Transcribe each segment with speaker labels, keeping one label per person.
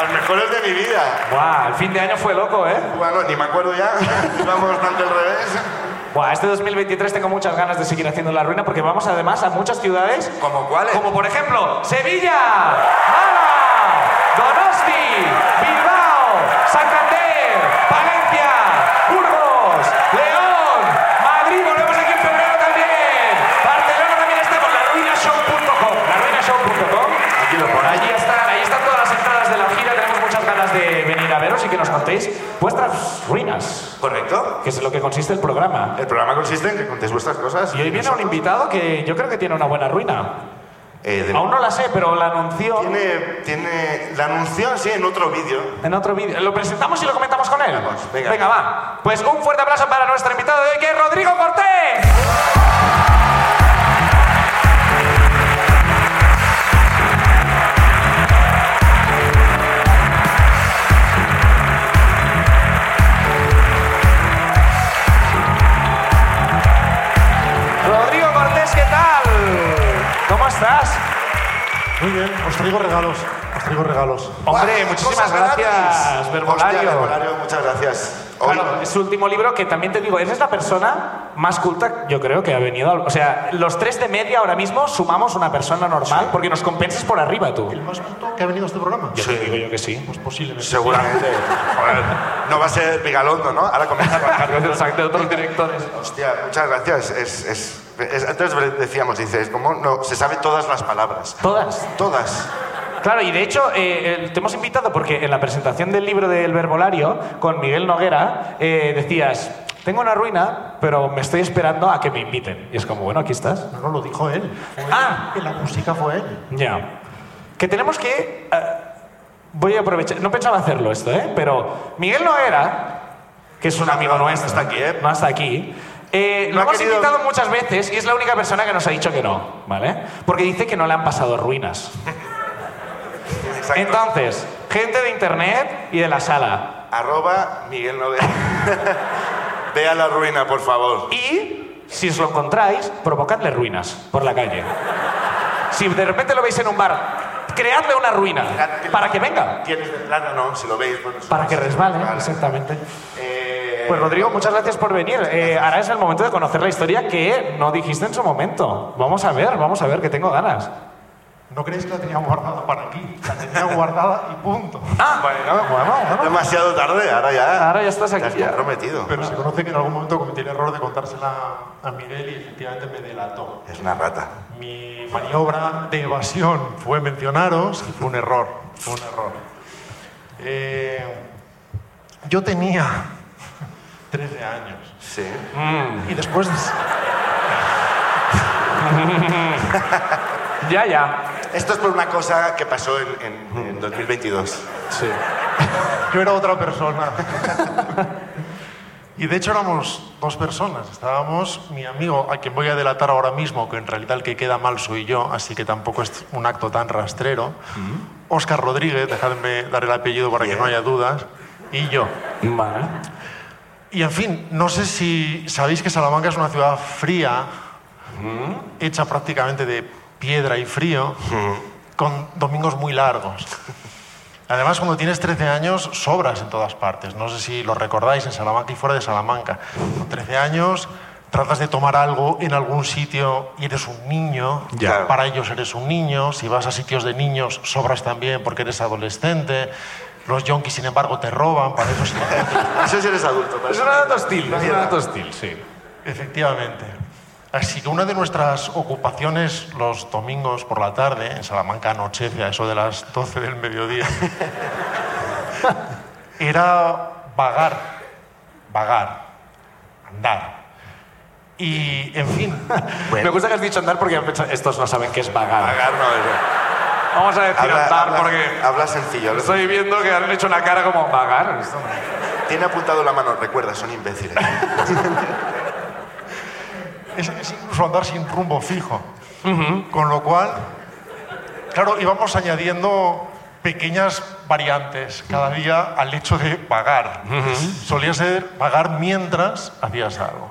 Speaker 1: los mejores de mi vida.
Speaker 2: Buah, el fin de año fue loco, ¿eh?
Speaker 1: Bueno, ni me acuerdo ya. Íbamos bastante al revés.
Speaker 2: Buah, este 2023 tengo muchas ganas de seguir haciendo la ruina porque vamos además a muchas ciudades.
Speaker 1: ¿Como cuáles?
Speaker 2: Como por ejemplo, Sevilla, Málaga, Donosti, Bilbao, Santander, Palencia, Burgos, León, Madrid, volvemos aquí en febrero también. Barcelona también estamos, laruinashow.com, laruinashow.com.
Speaker 1: Aquí lo ponéis.
Speaker 2: Allí están, ahí están todas las entradas de la gira, tenemos muchas ganas de venir a veros y que nos contéis vuestras ruinas,
Speaker 1: ¿Correcto?
Speaker 2: que es lo que consiste el programa.
Speaker 1: El programa consiste en que contéis vuestras cosas.
Speaker 2: Y hoy viene un invitado que yo creo que tiene una buena ruina.
Speaker 1: Eh, de-
Speaker 2: Aún no la sé, pero la anunció
Speaker 1: Tiene, tiene... La anunció, sí, en otro vídeo.
Speaker 2: en otro vídeo. ¿Lo presentamos y lo comentamos con él?
Speaker 1: Vamos, venga.
Speaker 2: va. Pues un fuerte aplauso para nuestro invitado de hoy, que es Rodrigo Cortés. Rodrigo Cortés, ¿qué tal? ¿Cómo estás?
Speaker 3: Muy bien, os traigo regalos. Os traigo regalos.
Speaker 2: Hombre,
Speaker 1: Buah,
Speaker 2: muchísimas
Speaker 1: cosas
Speaker 2: gracias,
Speaker 1: gratis. Hostia,
Speaker 2: Verbolario.
Speaker 1: Verbolario, muchas gracias. Hoy-
Speaker 2: Claro, es su último libro que también te digo, eres la persona más culta, yo creo, que ha venido. al- O sea, los tres de media ahora mismo sumamos una persona normal porque nos compensas por arriba tú.
Speaker 3: ¿El más culto que ha venido a este programa?
Speaker 2: Yo te digo yo que sí.
Speaker 3: Pues posiblemente.
Speaker 1: Seguramente. Joder, no va a ser Vigalondo, ¿no? Ahora comienza con
Speaker 2: Exacto, otros directores.
Speaker 1: Hostia, muchas gracias. Es, es- es- antes decíamos, dices, ¿cómo no? Se sabe todas las palabras.
Speaker 2: Todas.
Speaker 1: Todas.
Speaker 2: Claro, y de hecho eh, eh, te hemos invitado porque en la presentación del libro del Verbolario con Miguel Noguera eh, decías, tengo una ruina, pero me estoy esperando a que me inviten. Y es como, bueno, aquí estás.
Speaker 3: No, no, lo dijo él. Fue él.
Speaker 2: Ah.
Speaker 3: Que la música fue él.
Speaker 2: Ya. Que tenemos que. eh, voy a aprovechar. No pensaba hacerlo esto, ¿eh? Pero Miguel Noguera, que es un amigo nuestro.
Speaker 1: está aquí, ¿eh?
Speaker 2: No está aquí. eh,
Speaker 1: No
Speaker 2: lo
Speaker 1: ha
Speaker 2: hemos
Speaker 1: querido-
Speaker 2: invitado muchas veces y es la única persona que nos ha dicho que no, ¿vale? Porque dice que no le han pasado ruinas.
Speaker 1: Exacto.
Speaker 2: Entonces, gente de internet y de la sala.
Speaker 1: Arroba Miguel Noguera. Ve a la ruina, por favor.
Speaker 2: Y si os lo encontráis, provocadle ruinas por la calle. Si de repente lo veis en un bar, creadle una ruina para que venga.
Speaker 1: ¿Tienes de plano? No, si lo veis. bueno, es-
Speaker 2: Para que resbale,
Speaker 1: Vale.
Speaker 2: exactamente.
Speaker 1: Eh,
Speaker 2: Pues Rodrigo, muchas gracias por venir. Eh, ahora es el momento de conocer la historia que no dijiste en su momento. Vamos a ver, vamos a ver, que tengo ganas.
Speaker 3: ¿No creéis que la tenía guardada para aquí? La tenía guardada y punto.
Speaker 2: Ah,
Speaker 1: bueno, demasiado tarde, ahora ya.
Speaker 2: Ahora ya estás
Speaker 1: Te has
Speaker 2: aquí.
Speaker 1: comprometido.
Speaker 3: Pero se conoce que en algún momento cometí el error de contársela a Miguel y efectivamente me delató.
Speaker 1: Es una rata.
Speaker 3: Mi maniobra de evasión fue mencionaros y fue un error. Fue un error. Eh, yo tenía 13 años.
Speaker 1: Sí.
Speaker 3: Y después
Speaker 2: Ya, ya.
Speaker 1: Esto es por una cosa que pasó en, en- en 2022.
Speaker 2: Sí.
Speaker 3: yo era otra persona. Y de hecho éramos dos personas. Estábamos mi amigo, a quien voy a delatar ahora mismo, que en realidad el que queda mal soy yo, así que tampoco es un acto tan rastrero. Óscar Rodríguez, dejadme dar el apellido para que no haya dudas. Y yo.
Speaker 2: Vale.
Speaker 3: Y en fin, no sé si sabéis que Salamanca es una ciudad fría, hecha prácticamente de piedra y frío, con domingos muy largos. Además, cuando tienes 13 años, sobras en todas partes. No sé si lo recordáis en Salamanca y fuera de Salamanca. Con 13 años tratas de tomar algo en algún sitio y eres un niño.
Speaker 1: Ya.
Speaker 3: Para ellos eres un niño. Si vas a sitios de niños, sobras también porque eres adolescente. Los yonkis, sin embargo, te roban. Para eso sí.
Speaker 1: Eso si eres adulto.
Speaker 2: Es
Speaker 1: parece.
Speaker 2: un dato hostil, es un dato hostil, sí.
Speaker 3: Efectivamente. Así que una de nuestras ocupaciones los domingos por la tarde, en Salamanca anochece a eso de las 12 del mediodía, era vagar, vagar, andar. Y, en fin,
Speaker 2: Me gusta que has dicho andar porque han pensado, estos no saben qué es vagar.
Speaker 1: Pagar no es-
Speaker 2: Vamos a decir
Speaker 1: Habla,
Speaker 2: andar
Speaker 1: habla-
Speaker 2: porque
Speaker 1: habla sencillo.
Speaker 2: estoy viendo que han hecho una cara como vagar.
Speaker 1: Tiene apuntado la mano, recuerda, son imbéciles.
Speaker 3: es, es incluso andar sin rumbo fijo. Con lo cual, claro, íbamos añadiendo pequeñas variantes cada día al hecho de pagar. Solía ser pagar mientras hacías algo.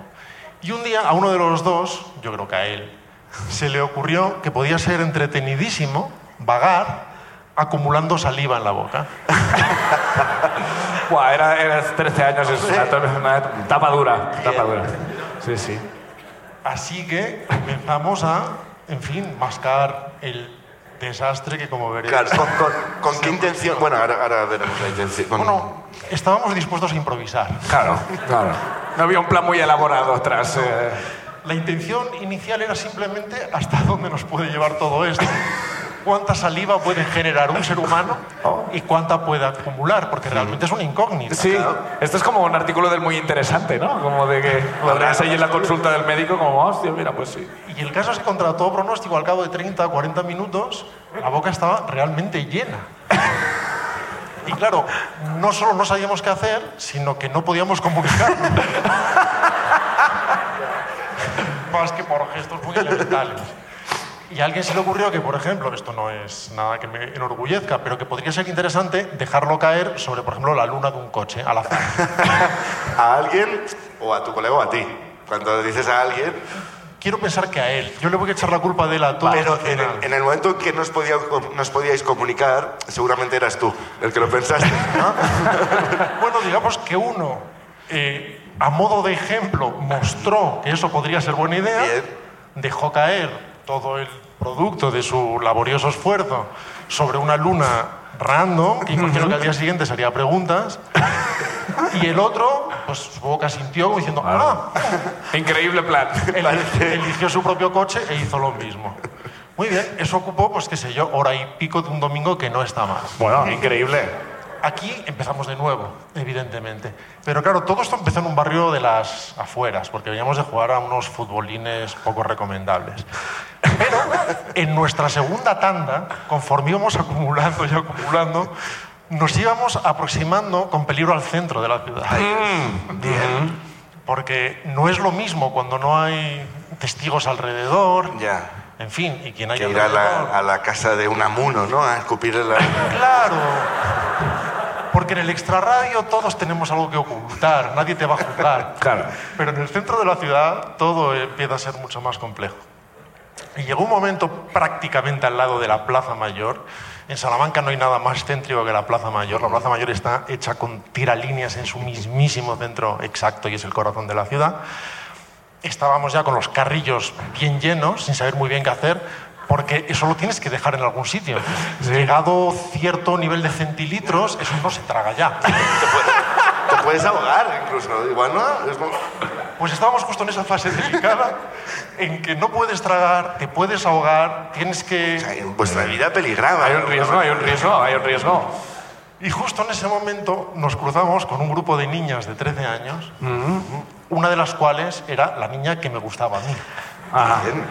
Speaker 3: Y un día a uno de los dos, yo creo que a él, se le ocurrió que podía ser entretenidísimo vagar acumulando saliva en la boca.
Speaker 2: Buah, era, era 13 años, es una, to- una etapa dura. Etapa dura. Sí, sí.
Speaker 3: Así que empezamos a, en fin, mascar el desastre que como veréis...
Speaker 1: Claro, ¿con, con, con qué intención? Bueno, ahora, ahora veremos la intención. Con-
Speaker 3: Bueno, estábamos dispuestos a improvisar.
Speaker 2: Claro, claro. No había un plan muy elaborado tras. eh,
Speaker 3: La intención inicial era simplemente hasta dónde nos puede llevar todo esto. ¿Cuánta saliva puede generar un ser humano y cuánta puede acumular? Porque realmente es una incógnita.
Speaker 2: Sí, esto es como un artículo del muy interesante, ¿no? Como de que lo lees ahí en la consulta del médico, como, hostia, mira, pues sí.
Speaker 3: Y el caso es que contra todo pronóstico, al cabo de 30 o 40 minutos, la boca estaba realmente llena. Y claro, no solo no sabíamos qué hacer, sino que no podíamos comunicarnos. Más que por gestos muy elementales. Y a alguien se le ocurrió que, por ejemplo, esto no es nada que me enorgullezca, pero que podría ser interesante dejarlo caer sobre, por ejemplo, la luna de un coche al azar.
Speaker 1: ¿A alguien o a tu colega o a ti? Cuando dices a alguien,
Speaker 3: Quiero pensar que a él. Yo le voy a echar la culpa de él a todo.
Speaker 1: pero en el, en el momento en que nos, podía- nos podíais comunicar, seguramente eras tú el que lo pensaste.
Speaker 3: Bueno, digamos que uno, eh, a modo de ejemplo, mostró que eso podría ser buena idea,
Speaker 1: Bien.
Speaker 3: dejó caer todo el producto de su laborioso esfuerzo sobre una luna random, y imagino que al día siguiente sería preguntas, y el otro, pues su boca sintió como diciendo, ah,
Speaker 2: Increíble plan.
Speaker 3: él eligió su propio coche e hizo lo mismo. Muy bien, eso ocupó, pues qué sé yo, hora y pico de un domingo que no está mal.
Speaker 2: Bueno, increíble.
Speaker 3: Aquí empezamos de nuevo, evidentemente. Pero claro, todo esto empezó en un barrio de las afueras, porque veníamos de jugar a unos futbolines poco recomendables. Pero en nuestra segunda tanda, conforme íbamos acumulando y acumulando, nos íbamos aproximando con peligro al centro de la ciudad.
Speaker 1: Mm, Bien,
Speaker 3: Porque no es lo mismo cuando no hay testigos alrededor,
Speaker 1: ya.
Speaker 3: en fin, y quien hay
Speaker 1: Que ir a
Speaker 3: alrededor.
Speaker 1: la, a la casa de un amuno, ¿no? A escupirle la...
Speaker 3: Claro. Porque en el extrarradio todos tenemos algo que ocultar, nadie te va a juzgar.
Speaker 2: Claro.
Speaker 3: Pero en el centro de la ciudad todo empieza a ser mucho más complejo. Y llegó un momento prácticamente al lado de la Plaza Mayor. En Salamanca no hay nada más céntrico que la Plaza Mayor. La Plaza Mayor está hecha con tiralíneas en su mismísimo centro exacto y es el corazón de la ciudad. Estábamos ya con los carrillos bien llenos, sin saber muy bien qué hacer, porque eso lo tienes que dejar en algún sitio. Llegado cierto nivel de centilitros, eso no se traga ya.
Speaker 1: Te, puede- te puedes ahogar incluso. Igual no. Es como-
Speaker 3: Pues estábamos justo en esa fase delicada en que no puedes tragar, te puedes ahogar, tienes que...
Speaker 1: O sea, en vuestra vida peligraba.
Speaker 2: Hay un riesgo, hay un riesgo, hay un riesgo.
Speaker 3: Y justo en ese momento nos cruzamos con un grupo de niñas de 13 años, una de las cuales era la niña que me gustaba a mí.
Speaker 2: Ajá.
Speaker 1: Bien.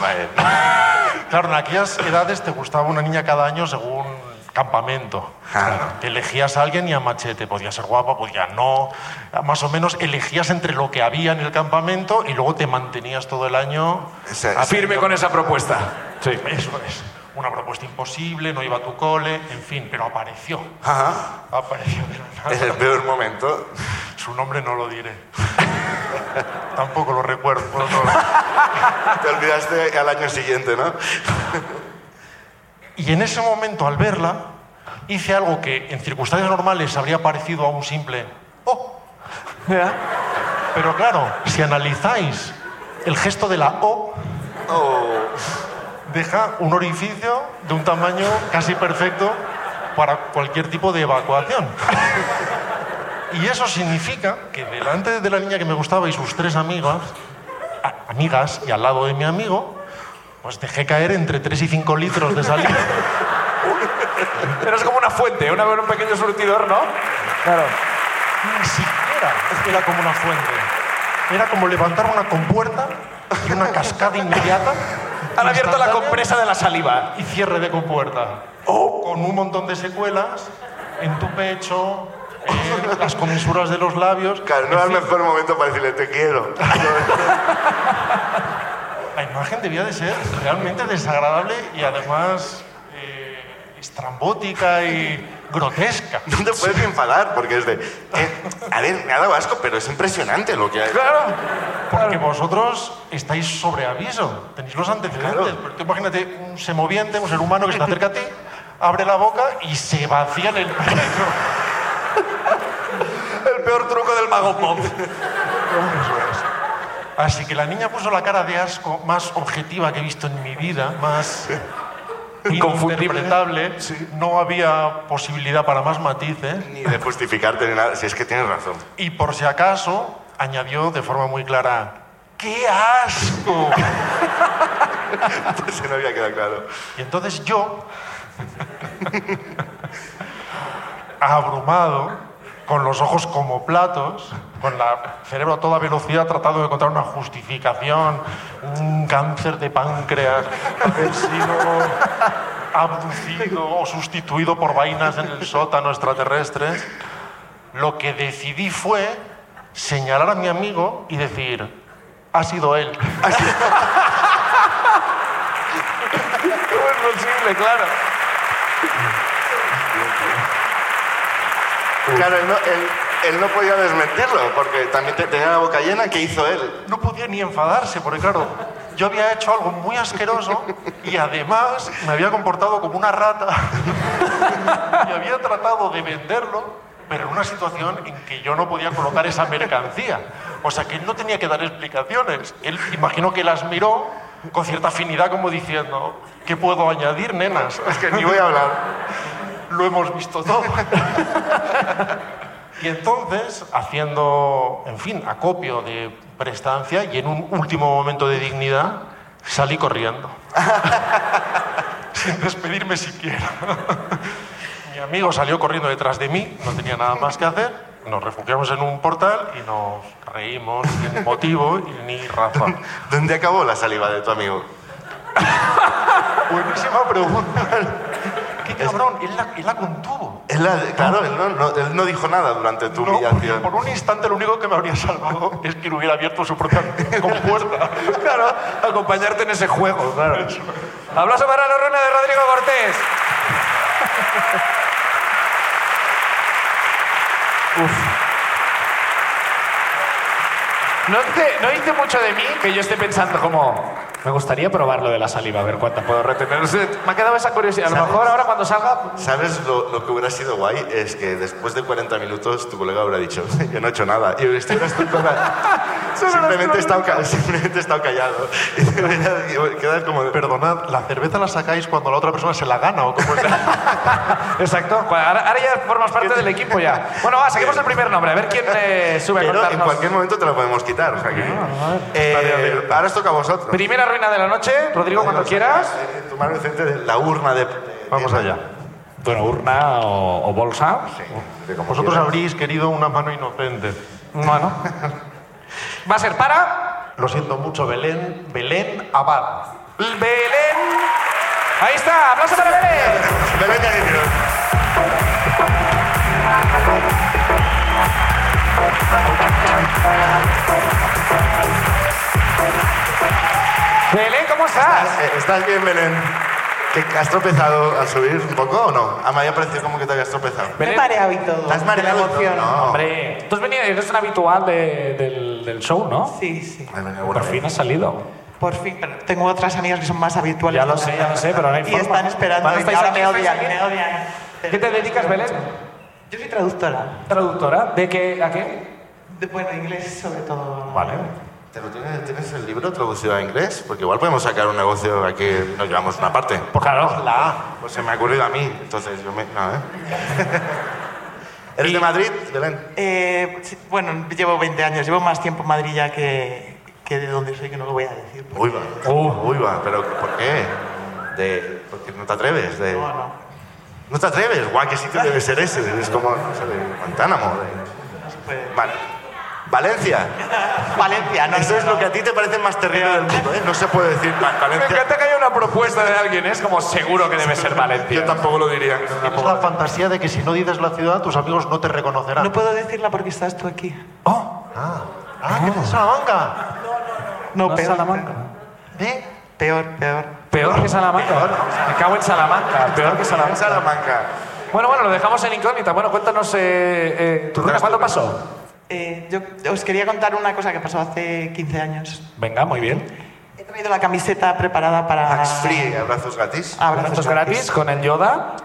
Speaker 1: Vale.
Speaker 3: Claro, en aquellas edades te gustaba una niña cada año según campamento.
Speaker 1: Claro.
Speaker 3: Te elegías a alguien y a machete. Podía ser guapa, podía no. Más o menos elegías entre lo que había en el campamento y luego te mantenías todo el año
Speaker 1: Esa- esa-
Speaker 2: Firme con esa propuesta. Sí.
Speaker 3: Eso es. Una propuesta imposible, no iba a tu cole, en fin, pero apareció.
Speaker 1: Ajá.
Speaker 3: Apareció de la nada.
Speaker 1: Ah. Es el peor momento.
Speaker 3: Su nombre no lo diré. Tampoco lo recuerdo. bueno, no.
Speaker 1: Te olvidaste al año siguiente, ¿no?
Speaker 3: Y en ese momento, al verla, hice algo que en circunstancias normales habría parecido a un simple ¡Oh!
Speaker 2: Ya.
Speaker 3: Pero claro, si analizáis el gesto de la O,
Speaker 1: Oh.
Speaker 3: deja un orificio de un tamaño casi perfecto para cualquier tipo de evacuación. Y eso significa que delante de la niña que me gustaba y sus tres amigas, a- amigas y al lado de mi amigo, pues dejé caer entre 3 y 5 litros de saliva.
Speaker 2: Pero es como una fuente, una, un pequeño surtidor, ¿no? Claro.
Speaker 3: Ni siquiera era como una fuente. Era como levantar una compuerta y una cascada inmediata.
Speaker 2: Han abierto la
Speaker 3: instantánea.
Speaker 2: compresa Oh. de la saliva.
Speaker 3: y cierre de compuerta. Con un montón de secuelas en tu pecho, en las comisuras de los labios.
Speaker 1: Claro, no era
Speaker 3: En
Speaker 1: el
Speaker 3: fin,
Speaker 1: mejor momento para decirle te quiero.
Speaker 3: la imagen debía de ser realmente desagradable y además eh, estrambótica y grotesca.
Speaker 1: No te puedes ni enfadar porque es de. eh, a ver, me ha dado asco, pero es impresionante lo que hay.
Speaker 2: Claro.
Speaker 3: Porque vosotros estáis sobre aviso, tenéis los antecedentes.
Speaker 1: Claro.
Speaker 3: Pero tú imagínate un semoviente, un ser humano que se te acerca a ti, abre la boca y se vacían el metro.
Speaker 1: El peor truco del mago pop.
Speaker 3: Así que la niña puso la cara de asco más objetiva que he visto en mi vida, más
Speaker 2: Inconfundible.
Speaker 3: interpretable. No había posibilidad para más matices.
Speaker 1: Ni de justificarte ni nada. Si es que tienes razón.
Speaker 3: Y por si acaso, añadió de forma muy clara, ¡qué asco!
Speaker 1: Pues Se no había quedado claro.
Speaker 3: Y entonces yo, abrumado, con los ojos como platos, con la cerebro a toda velocidad tratando de encontrar una justificación, un cáncer de páncreas, haber sido abducido o sustituido por vainas en el sótano extraterrestres, lo que decidí fue señalar a mi amigo y decir, ha sido él.
Speaker 2: ¿Cómo es posible? Claro.
Speaker 1: Claro, él no, él- él no podía desmentirlo porque también te- tenía la boca llena. ¿Qué hizo él?
Speaker 3: no podía ni enfadarse, porque claro, yo había hecho algo muy asqueroso y además me había comportado como una rata y había tratado de venderlo, pero en una situación en que yo no podía colocar esa mercancía. O sea, que él no tenía que dar explicaciones. Él, imagino que las miró con cierta afinidad como diciendo, ¿qué puedo añadir, nenas?
Speaker 1: Es que ni voy a hablar.
Speaker 3: lo hemos visto todo. y entonces, haciendo, en fin, acopio de prestancia y en un último momento de dignidad, salí corriendo. Sin despedirme siquiera. Mi amigo salió corriendo detrás de mí, no tenía nada más que hacer. Nos refugiamos en un portal y nos reímos sin motivo y ni razón.
Speaker 1: ¿Dónde acabó la saliva de tu amigo?
Speaker 3: Buenísima pregunta. Qué cabrón, él la, él la contuvo.
Speaker 1: Él la- claro, él no, no- él no dijo nada durante tu
Speaker 3: No, porque
Speaker 1: humillación.
Speaker 3: por un instante lo único que me habría salvado es que lo hubiera abierto su propia compuerta.
Speaker 2: Claro, acompañarte en ese juego, claro. Aplauso para la ruina de Rodrigo Cortés. Uf. No, te- no dice mucho de mí que yo esté pensando como... Me gustaría probar lo de la saliva, a ver cuánta puedo retener. O sea, Me ha quedado esa curiosidad. A lo
Speaker 1: ¿Sabes?
Speaker 2: mejor ahora cuando salga...
Speaker 1: ¿Sabes lo, lo que hubiera sido guay? Es que después de 40 minutos tu colega habrá dicho, yo no he hecho nada. Y estuvieras tú con la- simplemente, he estado, ca- simplemente he estado callado. Y te hubiera- y quedas como...
Speaker 3: Perdonad, ¿la cerveza la sacáis cuando la otra persona se la gana o cómo es?
Speaker 2: Exacto. Ahora, ahora ya formas parte del equipo ya. Bueno, va, saquemos el primer nombre. A ver quién eh, sube a
Speaker 1: Pero en
Speaker 2: contarnos.
Speaker 1: cualquier momento te lo podemos quitar. o sea que- Eh, ahora os toca a vosotros.
Speaker 2: Primera ruina de la noche. Rodrigo, cuando quieras.
Speaker 1: Eh, Tu mano inocente de la urna de... de-
Speaker 3: Vamos
Speaker 1: de-
Speaker 3: allá.
Speaker 2: Bueno, urna o, o bolsa.
Speaker 1: de como
Speaker 3: Vosotros
Speaker 1: quieras.
Speaker 3: habríais querido una mano inocente.
Speaker 2: Bueno. Va a ser para
Speaker 3: Lo siento mucho, Belén, Belén Abad.
Speaker 2: Belén. Ahí está, aplauso para Belén.
Speaker 1: Belén Gallinero.
Speaker 2: Belén, ¿cómo estás?
Speaker 1: Eh, ¿Estás bien, Belén? ¿Te has tropezado al subir un poco o no? A mí me ha parecido como que te habías tropezado.
Speaker 4: Me he
Speaker 2: Belén,
Speaker 4: mareado y todo.
Speaker 1: ¿Estás
Speaker 4: de
Speaker 1: mareado?
Speaker 4: La emoción.
Speaker 1: No.
Speaker 2: hombre, tú has venido, eres un habitual de- del, del show, ¿no?
Speaker 4: Sí, sí.
Speaker 1: Ay, venga, bueno.
Speaker 2: Por fin has salido.
Speaker 4: Por fin, pero tengo otras amigas que son más habituales.
Speaker 2: Ya lo sé, ya lo sé, pero no hay
Speaker 4: Y
Speaker 2: forma.
Speaker 4: están esperando.
Speaker 2: Bueno,
Speaker 4: y
Speaker 2: estáis
Speaker 4: ahora
Speaker 2: aquí,
Speaker 4: me
Speaker 2: estáis
Speaker 4: odian,
Speaker 2: aquí.
Speaker 4: me odian.
Speaker 2: ¿Qué te dedicas, Belén?
Speaker 4: Yo soy traductora.
Speaker 2: ¿Traductora? ¿De qué? ¿A qué?
Speaker 4: De, bueno, inglés sobre todo.
Speaker 1: ¿Te lo tienes, ¿Tienes el libro traducido a inglés? Porque igual podemos sacar un negocio aquí, nos llevamos una parte.
Speaker 2: Pues claro.
Speaker 1: La A, pues se me ha ocurrido a mí, entonces yo me... No, ¿eh? ¿Eres de Madrid, Belén?
Speaker 4: Eh, sí, bueno, llevo 20 años. Llevo más tiempo en Madrid ya que, que de donde soy, que no lo voy a decir.
Speaker 1: Uy, va.
Speaker 2: Uh.
Speaker 1: Uy, va, pero ¿por qué? De... Porque no te atreves, de...
Speaker 4: No, no.
Speaker 1: No te atreves, guau, qué sitio debe ser ese, es como, no sé, de Guantánamo. de-
Speaker 4: No se puede.
Speaker 1: Vale. Valencia.
Speaker 4: Valencia, no.
Speaker 1: Eso es lo que a ti te parece más terrible del mundo, ¿eh? No se puede decir Val-
Speaker 2: Me
Speaker 1: Valencia.
Speaker 2: encanta que haya una propuesta de alguien, es como seguro que debe ser Valencia.
Speaker 1: Yo tampoco lo diría.
Speaker 3: Tienes la fantasía de que si no dices la ciudad, tus amigos no te reconocerán.
Speaker 4: No puedo decirla porque estás tú aquí.
Speaker 2: Oh,
Speaker 3: Ah, ah, ¿qué pasa, Salamanca?
Speaker 4: No,
Speaker 2: No es
Speaker 4: peor.
Speaker 2: Salamanca.
Speaker 3: ¿Eh?
Speaker 4: Peor, peor.
Speaker 2: Peor que Salamanca. Me cago en Salamanca. Peor que
Speaker 1: En
Speaker 2: Salamanca.
Speaker 1: Salamanca.
Speaker 2: Bueno, bueno, lo dejamos en incógnita. Bueno, cuéntanos, eh, eh, tu ruina, ¿cuándo pasó?
Speaker 4: Eh, yo os quería contar una cosa que pasó hace 15 años.
Speaker 2: Venga, muy bien.
Speaker 4: He traído la camiseta preparada para...
Speaker 1: Hacks free, abrazos gratis.
Speaker 4: Abrazos
Speaker 2: Abrazos gratis con el Yoda.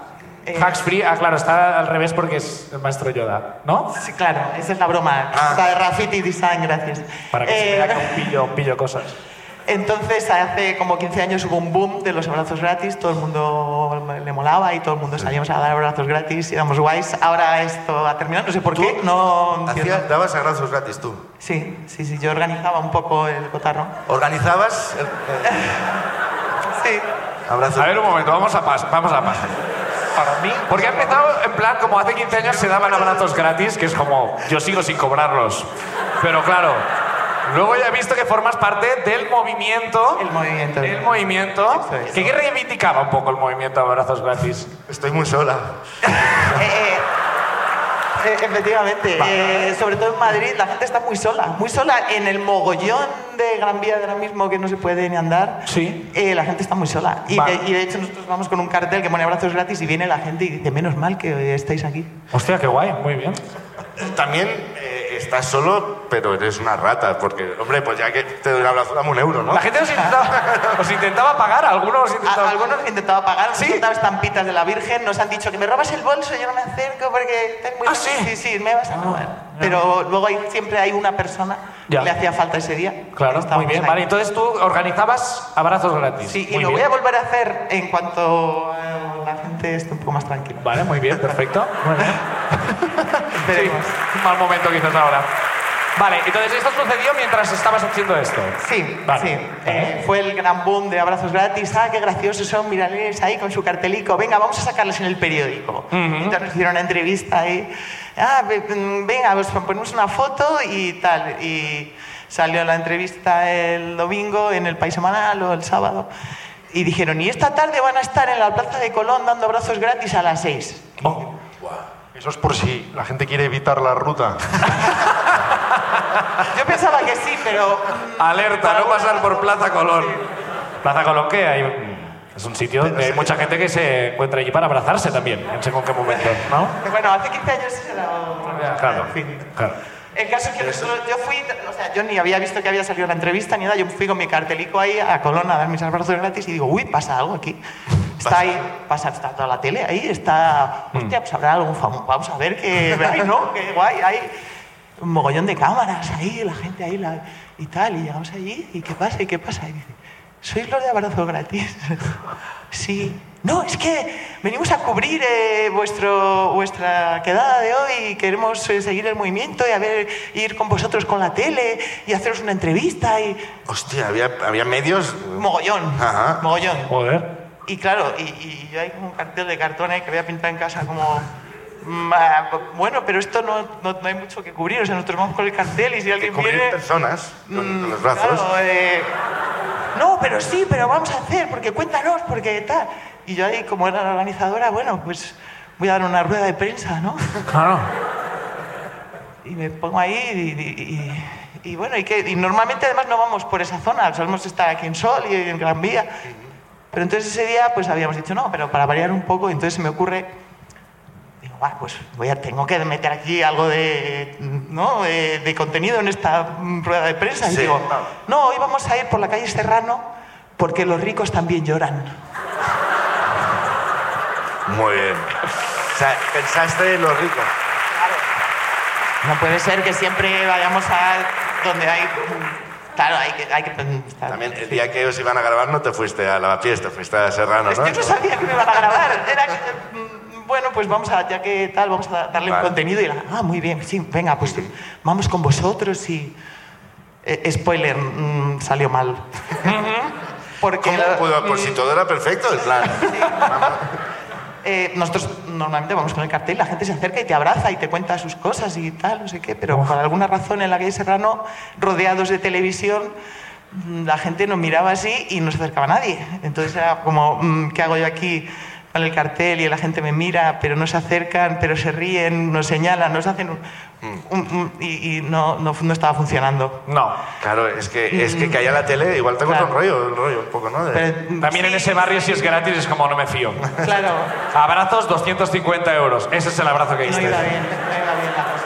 Speaker 4: Eh,
Speaker 2: Hacks free, ah, claro, está al revés porque es el maestro Yoda, ¿no?
Speaker 4: Sí, claro, esa es la broma.
Speaker 1: Ah.
Speaker 4: Está de Rafiti Design, gracias.
Speaker 2: Para que se
Speaker 4: Eh,
Speaker 2: vea que aún pillo, pillo cosas.
Speaker 4: Entonces, hace como 15 años hubo un boom de los abrazos gratis, todo el mundo le molaba y todo el mundo salíamos a dar abrazos gratis y éramos guays. Ahora esto ha terminado, no sé por qué,
Speaker 1: ¿Tú
Speaker 4: no entiendo.
Speaker 1: Hacía- dabas abrazos gratis tú.
Speaker 4: Sí, sí, sí, yo organizaba un poco el cotarro.
Speaker 1: Organizabas el-
Speaker 4: Sí,
Speaker 1: abrazos.
Speaker 2: A ver, un momento, vamos a pas, vamos a pas. Para mí, porque ha empezado en plan como hace 15 años se daban abrazos gratis, que es como yo sigo sin cobrarlos. Pero claro, luego ya he visto que formas parte del movimiento,
Speaker 4: el movimiento.
Speaker 2: del movimiento
Speaker 4: Eso es.
Speaker 2: que, que reivindicaba un poco el movimiento de abrazos gratis.
Speaker 1: Estoy muy sola.
Speaker 4: Eh, eh, eh, efectivamente, eh, sobre todo en Madrid la gente está muy sola, muy sola en el mogollón de Gran Vía de ahora mismo que no se puede ni andar.
Speaker 2: Sí.
Speaker 4: eh, la gente está muy sola. Y
Speaker 2: Vale.
Speaker 4: de, y de hecho nosotros vamos con un cartel que pone abrazos gratis y viene la gente y dice, menos mal que estáis aquí.
Speaker 2: Hostia, qué guay, muy bien.
Speaker 1: También eh, estás solo, pero eres una rata, porque, hombre, pues ya que te doy un abrazo, dame un euro, ¿no?
Speaker 2: La gente os intentaba, os intentaba pagar, algunos os
Speaker 4: A-
Speaker 2: intentaba...
Speaker 4: algunos han intentado pagar, nos
Speaker 2: Sí.
Speaker 4: han dado estampitas de la Virgen, nos han dicho que me robas el bolso, yo no me acerco porque tengo muy...
Speaker 2: Ah, ¿sí?
Speaker 4: sí, sí, me vas a robar. Pero luego hay, siempre hay una persona
Speaker 2: Ya.
Speaker 4: que le hacía falta ese día.
Speaker 2: Claro, muy
Speaker 4: Estábamos
Speaker 2: bien.
Speaker 4: ahí.
Speaker 2: Vale, entonces tú organizabas abrazos gratis.
Speaker 4: Sí, y
Speaker 2: Muy
Speaker 4: lo
Speaker 2: bien.
Speaker 4: voy a volver a hacer en cuanto eh, la gente esté un poco más tranquila.
Speaker 2: Vale, muy bien, perfecto. Muy bien. Sí,
Speaker 4: Esperemos.
Speaker 2: un mal momento quizás ahora. Vale, entonces esto sucedió mientras estabas haciendo esto.
Speaker 4: Sí,
Speaker 2: Vale,
Speaker 4: sí.
Speaker 2: vale.
Speaker 4: Eh, fue el gran boom de abrazos gratis. Ah, qué graciosos son, mirales ahí con su cartelico. Venga, vamos a sacarles en el periódico. Entonces nos hicieron una entrevista ahí. Ah, ve- mm, venga, os ponemos una foto y tal. Y salió la entrevista el domingo en el País Semanal o el sábado. Y dijeron, y esta tarde van a estar en la Plaza de Colón dando abrazos gratis a las seis.
Speaker 2: Oh.
Speaker 3: Eso es por si la gente quiere evitar la ruta.
Speaker 4: Yo pensaba que sí, pero... mm,
Speaker 2: Alerta,
Speaker 4: para
Speaker 2: no
Speaker 4: una-
Speaker 2: pasar por Plaza Colón. Plaza Colón que hay... Mm, Es un sitio donde hay mucha gente que se encuentra allí para abrazarse también, en según qué momento, ¿no?
Speaker 4: Bueno, hace 15 años era otro-
Speaker 2: Claro,
Speaker 4: en fin.
Speaker 2: claro.
Speaker 4: El caso es que nosotros- yo fui, o sea, yo ni había visto que había salido la entrevista ni nada, yo fui con mi cartelico ahí a Colón a dar mis abrazos gratis y digo, uy, pasa algo aquí. Está ahí, pasa, está toda la tele ahí, está, hostia, pues habrá algún famoso, vamos a ver que, ay, no, qué guay, hay un mogollón de cámaras ahí, la gente ahí la- y tal, y llegamos allí, y qué pasa, y qué pasa, y dice, ¿sois los de abrazo gratis? sí. No, es que venimos a cubrir eh, vuestro, vuestra quedada de hoy y queremos eh, seguir el movimiento y a ver, ir con vosotros con la tele y haceros una entrevista y...
Speaker 1: Hostia, había, había medios.
Speaker 4: Mogollón,
Speaker 1: Ajá.
Speaker 4: mogollón.
Speaker 2: Joder.
Speaker 4: Y claro, y, y yo hay como un cartel de cartón ahí que voy a pintar en casa como... mm, ah, Bueno, pero esto no, no, no hay mucho que cubrir. O sea, nosotros vamos con el cartel y si
Speaker 1: Que
Speaker 4: alguien
Speaker 1: cubrir
Speaker 4: viene...
Speaker 1: personas con, con los
Speaker 4: Mm,
Speaker 1: brazos.
Speaker 4: claro, eh, no, pero sí, pero vamos a hacer, porque cuéntanos, porque tal. Y yo ahí, como era la organizadora, bueno, pues voy a dar una rueda de prensa, ¿no?
Speaker 2: Claro.
Speaker 4: Y me pongo ahí y, y- y- y bueno, y, que, y normalmente además no vamos por esa zona, solemos estar aquí en Sol y en Gran Vía. Pero entonces ese día pues habíamos dicho, no, pero para variar un poco, entonces se me ocurre, digo, "Buah, pues voy a, tengo que meter aquí algo de, ¿no? de, de contenido en esta mm, rueda de prensa. Y
Speaker 1: Sí,
Speaker 4: digo,
Speaker 1: claro.
Speaker 4: no, hoy vamos a ir por la calle Serrano porque los ricos también lloran.
Speaker 1: Muy bien. O sea, pensaste en los ricos.
Speaker 4: No puede ser que siempre vayamos a donde hay... Claro, hay que... Hay que
Speaker 1: También el día que os iban a grabar no te fuiste a la fiesta, fuiste a Serrano,
Speaker 4: Pues
Speaker 1: ¿no?
Speaker 4: Yo no sabía que me iban a grabar. Era que, mm, bueno, pues vamos a, ya que tal, vamos a darle
Speaker 1: Vale.
Speaker 4: un contenido. Y la, ah, muy bien, sí, venga, pues vamos con vosotros y... eh, spoiler, mm, salió mal. Porque
Speaker 1: ¿Cómo
Speaker 4: la-
Speaker 1: pudo? Por si todo era perfecto, el plan.
Speaker 4: eh, nosotros normalmente vamos con el cartel, la gente se acerca y te abraza y te cuenta sus cosas y tal, no sé qué, pero por alguna razón en la calle Serrano, rodeados de televisión, mm, la gente nos miraba así y no se acercaba nadie. Entonces era como, mm, ¿qué hago yo aquí con el cartel? Y la gente me mira, pero no se acercan, pero se ríen, nos señalan, nos hacen un...
Speaker 2: Mm.
Speaker 4: un- un- y y no, no, no estaba funcionando.
Speaker 2: No.
Speaker 1: Claro, es que, es que, que haya la tele, igual te gusta
Speaker 4: Claro.
Speaker 1: un rollo, un rollo un poco, ¿no? De-
Speaker 4: Pero, mm,
Speaker 2: También en
Speaker 4: sí,
Speaker 2: ese barrio si es gratis es como no me fío.
Speaker 4: Claro.
Speaker 2: Abrazos, 250 euros. Ese es el abrazo que
Speaker 4: No
Speaker 2: diste.
Speaker 4: iba bien, no iba bien la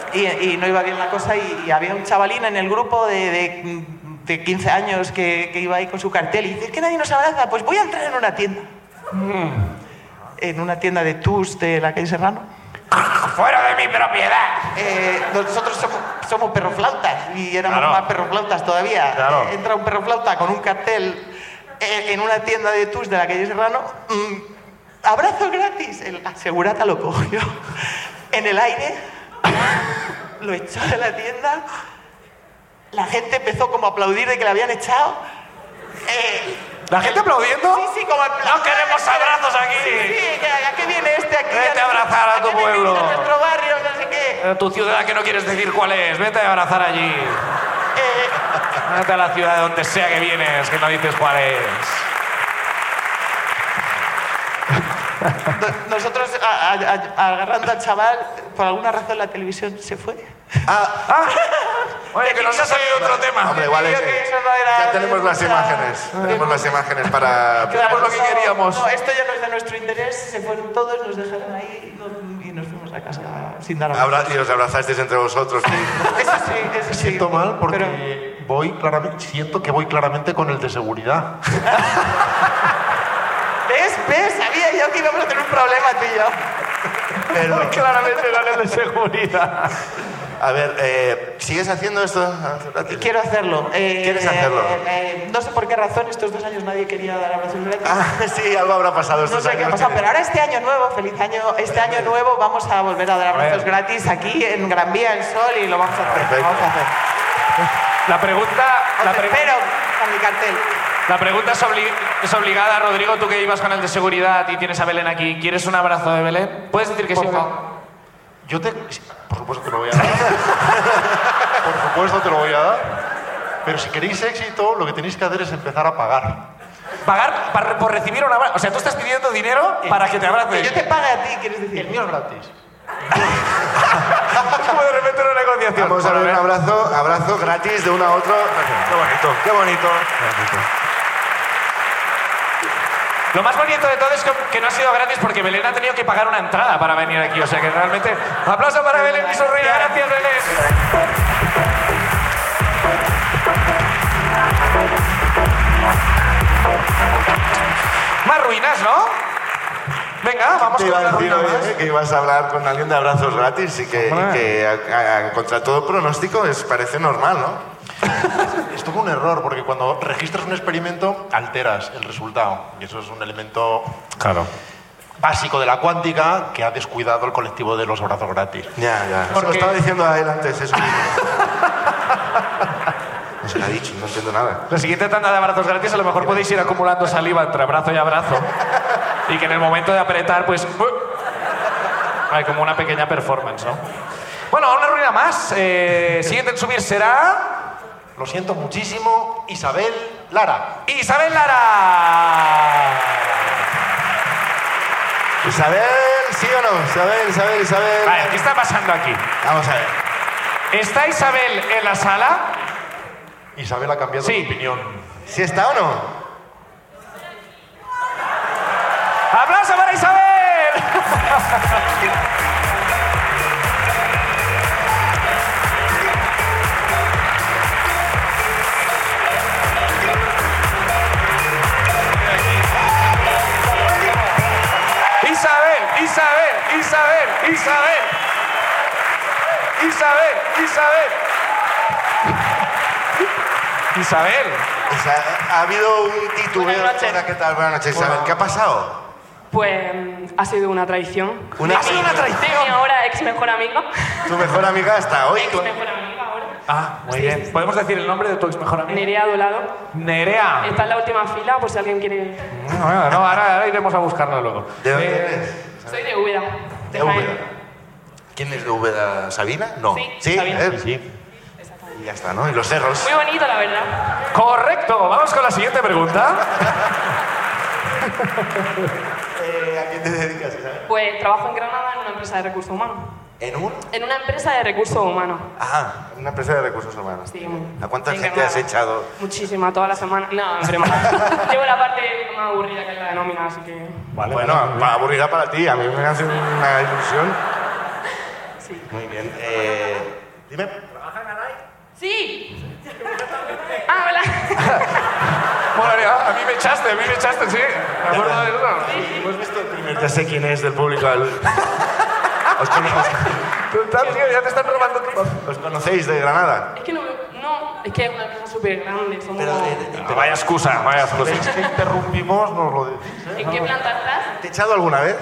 Speaker 4: cosa. Y, y no iba bien la cosa y, y había un chavalín en el grupo de, de, mm, de 15 años que, que iba ahí con su cartel y dice, "Es que nadie nos abraza, pues voy a entrar en una tienda. En una tienda de tus de la calle Serrano.
Speaker 2: ¡Fuera de mi propiedad!
Speaker 4: Eh, nosotros somos, somos perroflautas y éramos
Speaker 3: Claro.
Speaker 4: más perroflautas todavía.
Speaker 3: Claro.
Speaker 4: Eh, entra un perroflauta con un cartel eh, en una tienda de tus de la calle Serrano. mm, abrazo gratis. El asegurata lo cogió en el aire, lo echó de la tienda. La gente empezó como a aplaudir de que la habían echado. Eh,
Speaker 2: ¿La gente aplaudiendo?
Speaker 4: Sí, sí, como aplaudir.
Speaker 2: No queremos abrazos aquí.
Speaker 4: Sí, sí, que- ¿a qué viene este aquí?
Speaker 2: Vete a
Speaker 4: nuestro-
Speaker 2: abrazar a tu
Speaker 4: qué venís
Speaker 2: pueblo.
Speaker 4: A nuestro barrio, no sé qué.
Speaker 2: Eh, Tu ciudad que no quieres decir cuál es, vete a abrazar allí.
Speaker 4: Eh,
Speaker 2: Vete a la ciudad de donde sea que vienes, que no dices cuál es.
Speaker 4: No- Nosotros a- a- a- agarrando al chaval, por alguna razón la televisión se fue.
Speaker 1: Ah,
Speaker 2: Ah, Oye, que nos ha salido otro tema.
Speaker 1: hombre, igual
Speaker 4: Creo
Speaker 1: es-
Speaker 4: que eso no era-
Speaker 1: Ya tenemos las
Speaker 4: era-
Speaker 1: imágenes. Tenemos las imágenes para.
Speaker 2: Éramos lo que
Speaker 4: no,
Speaker 2: queríamos.
Speaker 4: No, esto ya no es de nuestro interés, se fueron todos, nos dejaron ahí no- y nos fuimos a casa sin dar a
Speaker 1: Abra- y os abrazasteis entre vosotros.
Speaker 4: Eso sí, eso sí.
Speaker 3: Siento mal porque
Speaker 4: Pero
Speaker 3: voy claramente, siento que voy claramente con el de seguridad.
Speaker 4: ¿Ves? ¿Ves? Sabía yo que íbamos a tener un problema tú y yo.
Speaker 1: Pero,
Speaker 2: Claramente ganas de seguridad.
Speaker 1: a ver, eh, ¿sigues haciendo esto? Gratis.
Speaker 4: Quiero hacerlo. eh,
Speaker 1: ¿Quieres hacerlo?
Speaker 4: eh, eh, no sé por qué razón estos dos años nadie quería dar abrazos gratis.
Speaker 1: Ah, sí, algo habrá pasado
Speaker 4: No
Speaker 1: estos
Speaker 4: sé qué ha
Speaker 1: años.
Speaker 4: pasado, pero ahora este año nuevo, feliz año, este año nuevo vamos a volver a dar abrazos gratis aquí en Gran Vía, en Sol, y lo vamos a hacer.
Speaker 1: Perfecto.
Speaker 4: lo vamos a hacer.
Speaker 2: La pregunta,
Speaker 4: Os
Speaker 2: la pre-
Speaker 4: espero con mi cartel.
Speaker 2: la pregunta es, obli- es obligada, Rodrigo, tú que ibas con el de seguridad y tienes a Belén aquí. ¿Quieres un abrazo de Belén? ¿Puedes decir que sí o no?
Speaker 3: Yo te. Por supuesto te lo voy a dar. Por supuesto te lo voy a dar. Pero si queréis éxito, lo que tenéis que hacer es empezar a pagar.
Speaker 2: Pagar par- por recibir un abrazo. O sea, tú estás pidiendo dinero para que te
Speaker 4: Que yo
Speaker 2: abracen.
Speaker 4: te pague a ti, quieres
Speaker 3: El
Speaker 4: decir.
Speaker 3: mío es gratis.
Speaker 2: Como de repente una negociación.
Speaker 1: Vamos a
Speaker 2: Bueno,
Speaker 1: ver un abrazo, abrazo gratis de uno a otro. Qué bonito. Qué bonito.
Speaker 2: Lo más bonito de todo es que, que no ha sido gratis porque Belén ha tenido que pagar una entrada para venir aquí. O sea que realmente. ¡Aplauso para Belén y sonríe! ¡Gracias, Belén! Más ruinas, ¿no? Venga, vamos
Speaker 1: Te iba
Speaker 2: con
Speaker 1: a
Speaker 2: una
Speaker 1: decir
Speaker 2: ruina
Speaker 1: hoy
Speaker 2: más.
Speaker 1: eh, que ibas a hablar con alguien de abrazos gratis y que, y que a- a- contra todo pronóstico es, parece normal, ¿no?
Speaker 3: Esto fue un error porque cuando registras un experimento, alteras el resultado. Y eso es un elemento
Speaker 2: Claro.
Speaker 3: básico de la cuántica que ha descuidado el colectivo de los abrazos gratis.
Speaker 1: Ya, ya. Eso
Speaker 2: Porque-
Speaker 1: lo estaba diciendo a él antes, eso. no se lo ha dicho, no entiendo nada.
Speaker 2: La siguiente tanda de abrazos gratis, a lo mejor podéis ir acumulando saliva entre abrazo y abrazo. Y que en el momento de apretar, pues. ¡uh! Hay como una pequeña performance, ¿no? Bueno, una ruina más. Eh, siguiente en subir será.
Speaker 3: Lo siento muchísimo, Isabel Lara.
Speaker 2: Isabel Lara.
Speaker 1: Isabel, ¿sí o no? Isabel, Isabel, Isabel.
Speaker 2: Vale, ¿qué está pasando aquí?
Speaker 1: Vamos a ver.
Speaker 2: ¿Está Isabel en la sala?
Speaker 3: Isabel ha cambiado
Speaker 2: Sí.
Speaker 3: de opinión.
Speaker 1: ¿Si está o no?
Speaker 2: ¡Aplauso para Isabel! Isabel, Isabel, Isabel, Isabel. Isabel, Isabel. Isabel.
Speaker 1: Isa- ha habido un titubeo.
Speaker 5: Buenas noches.
Speaker 1: Hola, ¿qué tal? Buenas noches, Isabel. ¿Qué ha pasado?
Speaker 5: Pues mm, ha sido una traición.
Speaker 1: Una-
Speaker 2: Ha sido una
Speaker 5: De
Speaker 2: traición.
Speaker 5: mi ahora ex mejor amigo.
Speaker 1: Tu mejor amiga hasta hoy.
Speaker 5: Ex mejor amiga ahora.
Speaker 2: Ah, muy bien. ¿Podemos decir el nombre de tu ex mejor amiga?
Speaker 5: Nerea Dolado.
Speaker 2: Nerea.
Speaker 5: Está en la última fila por si alguien quiere.
Speaker 2: No, no, no, ahora, ahora iremos a buscarlo luego.
Speaker 1: ¿De dónde
Speaker 2: Eh,
Speaker 1: eres?
Speaker 5: Soy de Úbeda.
Speaker 1: De
Speaker 5: Jaén.
Speaker 1: Úbeda. ¿Quién es de Úbeda? ¿Sabina? No.
Speaker 5: Sí, Sabina.
Speaker 1: ¿Eh? Y ya está, ¿no? Y los cerros.
Speaker 5: Muy bonito, la verdad.
Speaker 2: Correcto, vamos con la siguiente pregunta.
Speaker 1: Eh, ¿A quién te dedicas, Isabel?
Speaker 5: Pues trabajo en Granada en una empresa de recursos humanos.
Speaker 1: ¿En un?
Speaker 5: En una empresa de recursos humanos.
Speaker 1: Ah, en una empresa de recursos humanos.
Speaker 5: Sí,
Speaker 1: ¿A cuánta
Speaker 5: en
Speaker 1: gente
Speaker 5: Granada.
Speaker 1: has echado?
Speaker 5: Muchísima, toda la semana. No, en broma. Llevo la parte más aburrida que es la de nómina, así que.
Speaker 1: bueno, para aburrirá para ti. A mí me hace una ilusión.
Speaker 5: Sí.
Speaker 1: Muy bien. Eh, dime.
Speaker 5: Sí. Ah, hola.
Speaker 2: Bueno, a a mí me echaste, a mí me echaste, sí. Me acuerdo de eso.
Speaker 1: Hemos visto el primer. Ya sé quién es del público. Os, cono-
Speaker 2: Total, tío, ya te están robando todo.
Speaker 1: os conocéis de Granada.
Speaker 5: Es que no me... No, es que es una empresa súper grande. Somos...
Speaker 4: Pero de-
Speaker 2: Vaya excusa, vaya excusa.
Speaker 3: ¿Veis que interrumpimos? Nos lo decís.
Speaker 5: ¿En qué planta estás?
Speaker 1: ¿Te he echado alguna vez?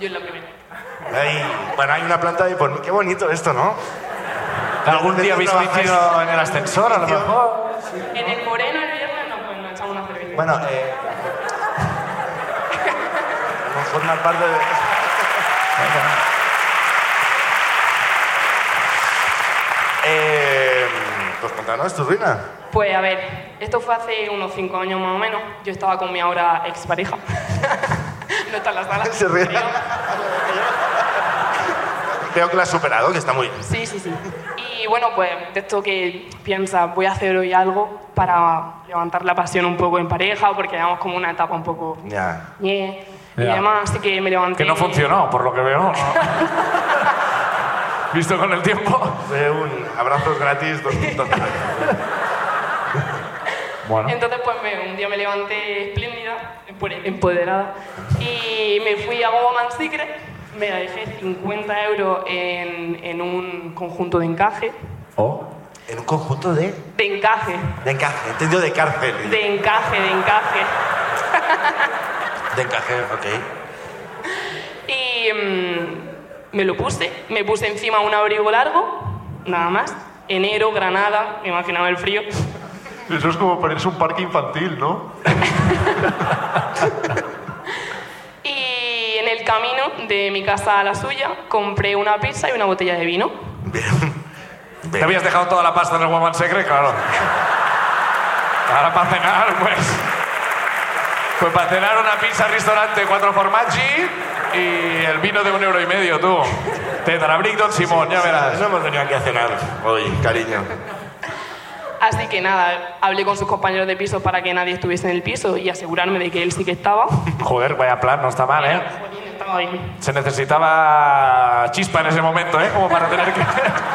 Speaker 5: Yo en la primera.
Speaker 1: Ahí. Bueno, hay una planta de por Qué bonito esto, ¿no?
Speaker 2: Algún día habéis metido en el ascensor, a lo mejor.
Speaker 5: En el Moreno, el viernes, no, pues nos echamos una cerveza.
Speaker 1: Bueno, eh. como Formar parte de. Eh, pues contanos tu ruina.
Speaker 5: Pues a ver, esto fue hace unos cinco años más o menos. Yo estaba con mi ahora expareja. no está en la sala.
Speaker 1: Se ríe.
Speaker 5: pero-
Speaker 1: Veo que la has superado, que está muy bien.
Speaker 5: Sí, sí, sí. Y bueno, pues de esto que piensas, voy a hacer hoy algo para levantar la pasión un poco en pareja, porque llevamos como una etapa un poco...
Speaker 1: Ya.
Speaker 5: ñe, Y
Speaker 2: Ya.
Speaker 5: además, así que me levanté...
Speaker 2: Que no funcionó, por lo que veo. Visto con el tiempo.
Speaker 1: Fue un abrazo gratis. dos- dos-
Speaker 2: Bueno.
Speaker 5: Entonces, pues me- un día me levanté espléndida, empo- empoderada, y me fui a Woman Secret, me dejé 50 euros en, en un conjunto de encaje.
Speaker 1: en un conjunto de.
Speaker 5: De encaje,
Speaker 1: De encaje, entendido de cárcel.
Speaker 5: de encaje, de encaje.
Speaker 1: De encaje, ok.
Speaker 5: Y mm, me lo puse, me puse encima un abrigo largo, nada más. Enero, Granada, me imaginaba el frío.
Speaker 3: Eso es como ponerse un parque infantil, ¿no?
Speaker 5: Y en el camino de mi casa a la suya compré una pizza y una botella de vino.
Speaker 2: ¿Te habías dejado toda la pasta en el Woman Secret? Claro. Ahora para cenar, pues. Pues para cenar una pizza restaurante, cuatro formaggi y el vino de un euro y medio, tú. Tetrabric Don Simón, Pues ya verás.
Speaker 1: No hemos venido aquí a cenar hoy, cariño.
Speaker 5: Así que nada, hablé con sus compañeros de piso para que nadie estuviese en el piso y asegurarme de que él sí que estaba.
Speaker 2: Joder, vaya plan, no está mal, ¿eh?
Speaker 5: Jolín, estaba bien.
Speaker 2: Se necesitaba chispa en ese momento, ¿eh? Como para tener que,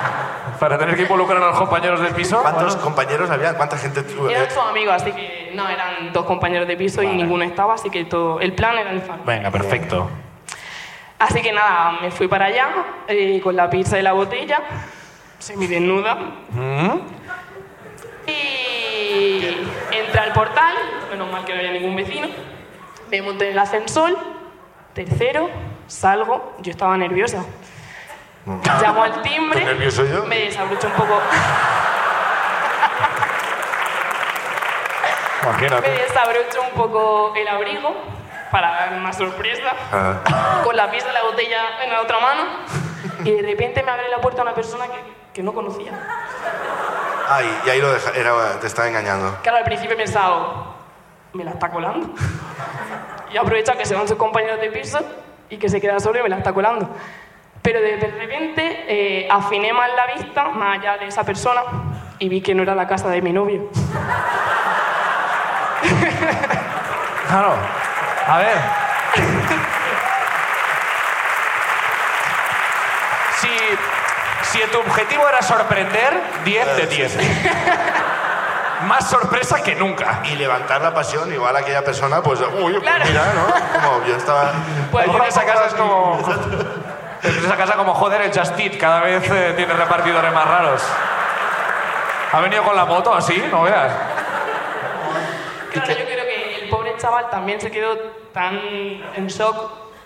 Speaker 2: para tener que involucrar a los compañeros del piso.
Speaker 1: ¿Cuántos compañeros había? ¿Cuánta gente tuvo? Eh,
Speaker 5: Eran sus amigos, así que no, eran dos compañeros de piso y ninguno estaba, así que todo, el plan era el fan.
Speaker 2: Venga, perfecto.
Speaker 5: Así que nada, me fui para allá eh, con la pizza y la botella, semidesnuda.
Speaker 1: Mm.
Speaker 5: Y entré al portal, menos mal que no había ningún vecino. Me monté en el ascensor, tercero, salgo, yo estaba nerviosa. Llamo al timbre,
Speaker 1: ¿Estás nervioso yo?
Speaker 5: me desabrocho un poco, me
Speaker 2: Imagínate.
Speaker 5: desabrocho un poco el abrigo para dar más sorpresa.
Speaker 1: Ah.
Speaker 5: con la pieza de la botella en la otra mano y de repente me abre la puerta una persona que, que no conocía.
Speaker 1: Ay, y ahí lo deja, era, te estaba engañando.
Speaker 5: Claro, al principio he pensado, me la está colando. Y aprovecha que se van sus compañeros de piso y que se queda solo y me la está colando. Pero de de repente eh, afiné más la vista, más allá de esa persona, y vi que no era la casa de mi novio.
Speaker 2: Claro. A ver. Si, si tu objetivo era sorprender, 10 de 10. Más sorpresa que nunca.
Speaker 1: Y levantar la pasión, igual aquella persona, pues, uy, pues
Speaker 5: Claro.
Speaker 1: mira, ¿no? Como yo estaba.
Speaker 5: Pues
Speaker 2: Ahí en esa casa es como. En esa casa como joder el Just Eat, cada vez eh, tiene repartidores más raros. ¿Ha venido con la moto así? No veas.
Speaker 5: Claro, yo creo que el pobre chaval también se quedó tan en shock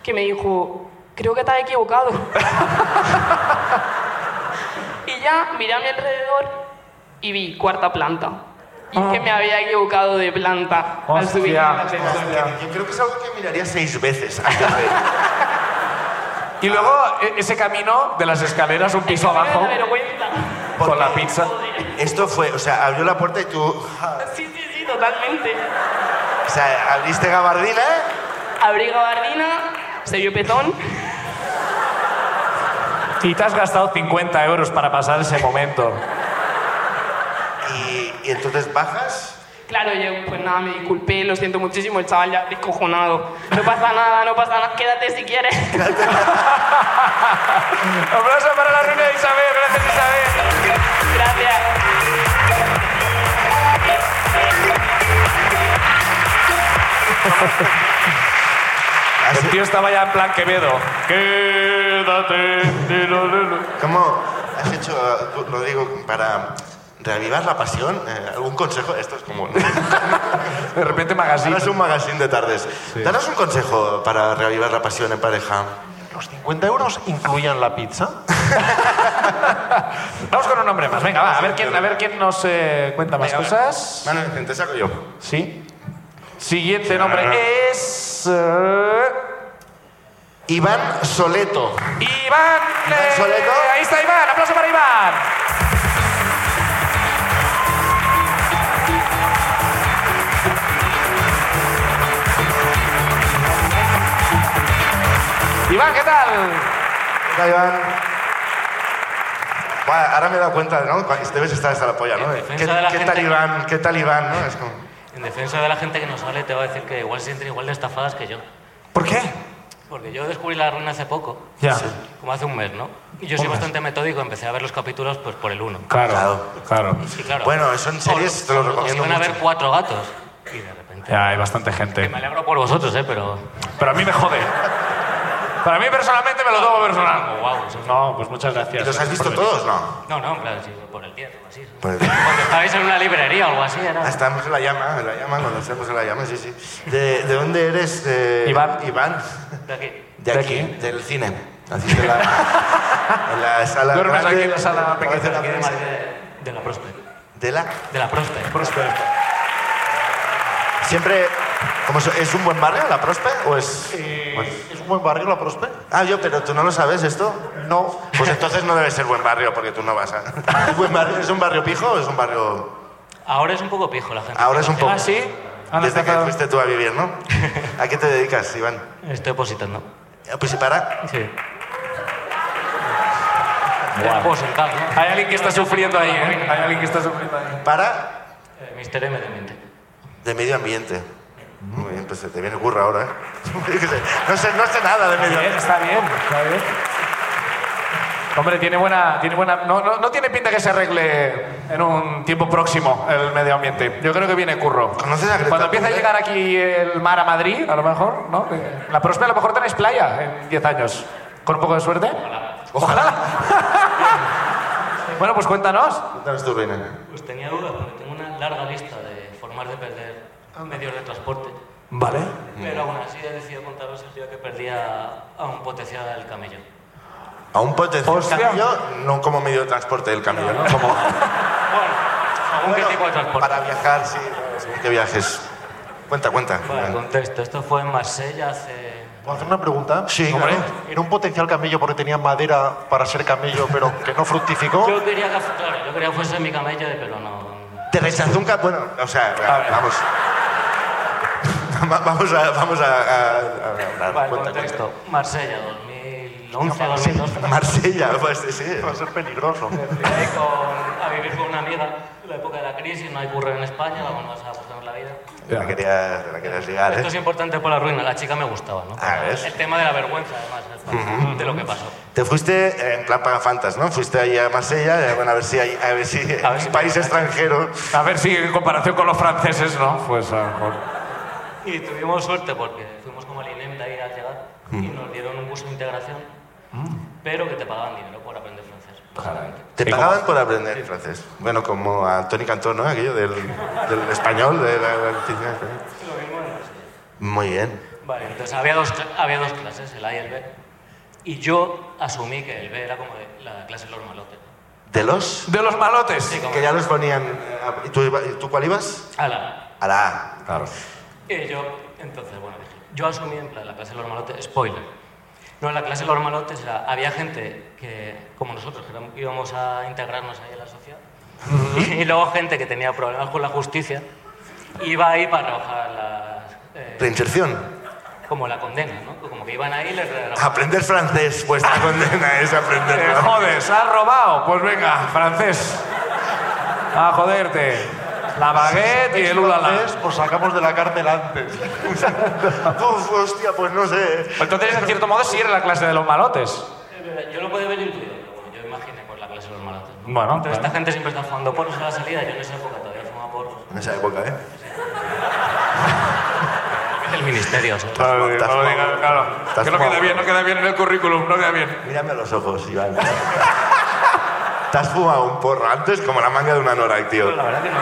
Speaker 5: que me dijo, creo que estás equivocado. y ya miré a mi alrededor y vi cuarta planta. Y es que me había equivocado de planta al subir
Speaker 2: Ah. Hostia.
Speaker 5: al ascensor.
Speaker 1: Yo creo que es algo que miraría seis veces antes de.
Speaker 2: Y luego e- ese camino de las escaleras un piso
Speaker 5: Me dio
Speaker 2: abajo
Speaker 5: la vergüenza.
Speaker 2: con la pizza.
Speaker 1: Esto fue, o sea, abrió la puerta y tú. O
Speaker 5: Sí, sí, sí, totalmente.
Speaker 1: sea, abriste gabardina.
Speaker 5: Abrí gabardina, se vio petón.
Speaker 2: Y te has gastado 50 euros para pasar ese momento.
Speaker 1: Y, y entonces bajas.
Speaker 5: Claro, yo pues nada, me disculpé, lo siento muchísimo, el chaval ya descojonado. No pasa nada, no pasa nada, quédate si quieres.
Speaker 2: Aplauso para la reina de Isabel, gracias Isabel.
Speaker 5: Gracias.
Speaker 2: El tío estaba ya en plan Quevedo. Quédate.
Speaker 1: ¿Cómo has hecho, eh, tú, lo digo, para reavivar la pasión? Eh, ¿Algún consejo? Esto es como...
Speaker 2: De repente magazine.
Speaker 1: Ahora es un magazine de tardes. Danos un consejo para reavivar la pasión en pareja.
Speaker 3: ¿Los 50 euros incluían la pizza?
Speaker 2: Vamos con un hombre más. Venga, va, a ver quién, a ver quién nos eh, cuenta más
Speaker 1: Venga,
Speaker 2: cosas.
Speaker 1: Manuel, te saco yo.
Speaker 2: Sí. Siguiente nombre es. eh,
Speaker 1: Iván Soleto.
Speaker 2: Iván. eh,
Speaker 1: Soleto.
Speaker 2: ahí está Iván. Aplauso para Iván. Iván, ¿qué tal?
Speaker 1: Hola, Iván. Buah, ahora me he dado cuenta, ¿no? Debes estar hasta la polla, ¿no?
Speaker 6: En defensa
Speaker 1: ¿Qué,
Speaker 6: de la
Speaker 1: qué
Speaker 6: gente
Speaker 1: tal
Speaker 6: que-
Speaker 1: Iván? ¿Qué tal Iván? ¿no? Es como...
Speaker 6: En defensa de la gente que nos sale, te voy a decir que igual se sienten igual de estafadas que yo.
Speaker 2: ¿Por qué?
Speaker 6: Porque yo descubrí la ruina hace poco,
Speaker 2: Ya.
Speaker 6: como hace un mes, ¿no? Y yo soy bastante metódico, empecé a ver los capítulos pues por el uno.
Speaker 2: Claro, claro.
Speaker 6: Y claro,
Speaker 1: Bueno, son series, te lo recomiendo
Speaker 6: van a ver
Speaker 1: mucho.
Speaker 6: cuatro gatos. Y de repente...
Speaker 2: Ya, hay bastante
Speaker 6: Que
Speaker 2: gente.
Speaker 6: me alegro por vosotros, ¿eh? Pero...
Speaker 2: Pero a mí me jode. Para mí personalmente me lo tomo personal.
Speaker 6: Guau, eso es-
Speaker 2: No, pues muchas gracias.
Speaker 1: ¿Los has visto todos? No.
Speaker 6: No, no, claro, sí, por el 10 o algo así. ¿no?
Speaker 1: Pues-
Speaker 6: Porque estabais en una librería o algo así,
Speaker 1: Ah,
Speaker 6: ¿no?
Speaker 1: Estamos en la llama, en la llama, cuando estemos en la llama, sí, sí. ¿De, de dónde eres? eh,
Speaker 2: Iván.
Speaker 1: Iván.
Speaker 6: De aquí.
Speaker 1: De
Speaker 2: De
Speaker 1: aquí,
Speaker 2: aquí.
Speaker 1: del cine. Así de la, en la sala
Speaker 2: Duermes
Speaker 1: grande,
Speaker 2: aquí en la sala
Speaker 1: parece
Speaker 2: pequeña,
Speaker 1: la
Speaker 6: Aquí de
Speaker 1: prensa.
Speaker 6: Madrid, de- de la Prosper.
Speaker 1: De la...
Speaker 6: De la Prosper.
Speaker 1: Siempre... ¿cómo es, ¿Es un buen barrio, la Prospe? ¿O es...?
Speaker 3: Eh, ¿Es un buen barrio la Prospe?
Speaker 1: Ah, yo, pero ¿tú no lo sabes esto? No. Pues entonces no debe ser buen barrio, porque tú no vas a... ¿Es, buen barrio? ¿Es un barrio pijo o es un barrio...?
Speaker 6: Ahora es un poco pijo la gente.
Speaker 1: Ahora es un poco...
Speaker 2: Ah, sí. Ah, no,
Speaker 1: Desde que
Speaker 2: está-
Speaker 1: fuiste tú a vivir, ¿no? ¿A qué te dedicas, Iván?
Speaker 6: Estoy opositando.
Speaker 1: Eh, Pues si para...
Speaker 6: Sí. Ya puedo sentar, ¿no?
Speaker 2: Hay alguien que está sufriendo ahí, ¿eh? Hay alguien que está sufriendo ahí.
Speaker 1: Para
Speaker 6: Eh, Mister M de mente.
Speaker 1: de medio ambiente. Muy bien, pues se te viene curra ahora, ¿eh? Yo qué sé, No sé, no sé nada de
Speaker 2: Está
Speaker 1: medio
Speaker 2: bien,
Speaker 1: ambiente.
Speaker 2: está bien. está bien. Hombre, tiene buena... Tiene buena no, no, no tiene pinta que se arregle en un tiempo próximo el medio ambiente. Yo creo que viene curro.
Speaker 1: ¿Conoces a Greta
Speaker 2: Cuando empieza a
Speaker 1: Thunberg?
Speaker 2: llegar aquí el mar a Madrid, a lo mejor, ¿no? Eh, La próxima a lo mejor tenéis playa en 10 años. Con un poco de suerte. Bueno, pues cuéntanos.
Speaker 1: Cuéntanos tú, Reina.
Speaker 6: Pues tenía dudas porque tengo una larga lista de formar de perder medios de transporte.
Speaker 2: Vale.
Speaker 6: Pero aún así he decidido contaros el día que perdía a un potencial del camello.
Speaker 1: A un potencial
Speaker 2: Hostia.
Speaker 1: camillo, no como medio de transporte del camillo, ¿no? Como,
Speaker 6: Bueno, según
Speaker 1: Bueno,
Speaker 6: qué tipo de transporte.
Speaker 1: para viajar, sí, según qué viajes. Cuenta, cuenta.
Speaker 6: Para el contexto, esto fue en Marsella hace...
Speaker 3: ¿Puedo hacer una pregunta?
Speaker 1: Sí,
Speaker 3: Hombre,
Speaker 1: claro.
Speaker 3: Era un potencial camello porque tenía madera para ser camello, pero que no fructificó.
Speaker 6: Yo quería que, claro, yo quería que fuese mi camello, pero no...
Speaker 1: Te rechazó un cap... Bueno, o sea, vamos... Va- Vamos a... Vamos a... a- a- a-
Speaker 6: Para el
Speaker 1: cuenta,
Speaker 6: contexto, Marsella 2011,
Speaker 1: cuenta.
Speaker 6: 2012.
Speaker 1: Marsella, pues sí, sí.
Speaker 3: Va a ser peligroso.
Speaker 6: Fui ahí Pues con- a vivir con una amiga, la época de la crisis, no hay curro en España, vamos vas a buscar la vida.
Speaker 1: Te la querías, te la querías ligar,
Speaker 6: Esto
Speaker 1: ¿eh?
Speaker 6: es importante por la ruina, la chica me gustaba, ¿no?
Speaker 1: Ah, ¿ves?
Speaker 6: El tema de la vergüenza, además, es para- de lo que pasó.
Speaker 1: Te fuiste eh, en plan pagafantas, ¿no? Fuiste ahí a Marsella, eh, bueno, a ver si hay, a ver si en
Speaker 6: ver si-
Speaker 1: un país extranjero.
Speaker 2: A ver si en comparación con los franceses, ¿no? Pues a lo mejor.
Speaker 6: Y tuvimos suerte porque fuimos como al INEM de ahí al llegar y nos dieron un curso de integración,
Speaker 1: Mm.
Speaker 6: pero que te pagaban dinero por aprender francés.
Speaker 1: Te
Speaker 2: Sí,
Speaker 1: pagaban por aprender francés. Bueno, como a Tony Cantón, ¿no? Aquello del, del español, de la, la- Muy bien.
Speaker 6: Vale, entonces había dos, cl- había dos clases, el A y el B. Y yo asumí que el B era como de la clase de los malotes.
Speaker 1: De los
Speaker 2: De los malotes.
Speaker 6: Sí, como
Speaker 1: que ya los ponían. eh, ¿Y tú, iba- y tú cuál ibas?
Speaker 6: a la
Speaker 1: A la A.
Speaker 2: Claro.
Speaker 6: Y yo, entonces, bueno, dije, yo asumí en plan la clase de los malotes, spoiler. No, la clase de los malotes era, había gente que, como nosotros, que éramos- íbamos a integrarnos ahí en la sociedad, y, luego gente que tenía problemas con la justicia, iba ahí para trabajar las, eh,
Speaker 1: Reinserción.
Speaker 6: como la condena, ¿no? Como que iban ahí y les rebajaban.
Speaker 1: Aprender francés, pues, vuestra condena es aprender
Speaker 2: Te
Speaker 1: francés.
Speaker 2: jodes, has robado. Pues venga, francés. A joderte. La baguette y el ulala.
Speaker 3: Entonces, os sacamos de la cárcel antes.
Speaker 1: Uf, hostia, pues no sé.
Speaker 2: Entonces, en cierto modo, sí eres la clase de los malotes.
Speaker 6: Es verdad, Eh, Yo lo podía haber intuido, pero bueno, yo imaginé por la clase de los malotes. ¿no?
Speaker 2: Bueno,
Speaker 6: Entonces,
Speaker 2: claro.
Speaker 6: esta gente siempre está fumando porros a la
Speaker 1: ¿eh?
Speaker 6: salida, yo en esa época todavía fumaba porros.
Speaker 1: En esa época, ¿eh?
Speaker 6: Porque del ministerio. ¿sabes?
Speaker 7: Claro, no,
Speaker 1: Estás
Speaker 7: lo digas,
Speaker 1: mal.
Speaker 7: claro.
Speaker 1: Estás
Speaker 7: Que no queda
Speaker 1: mal.
Speaker 7: bien, no queda bien en el currículum, no queda bien.
Speaker 1: Mírame a los ojos, Iván. ¿Te has fumado un porro antes como la manga de un anorak, tío?
Speaker 6: Pero la verdad que no.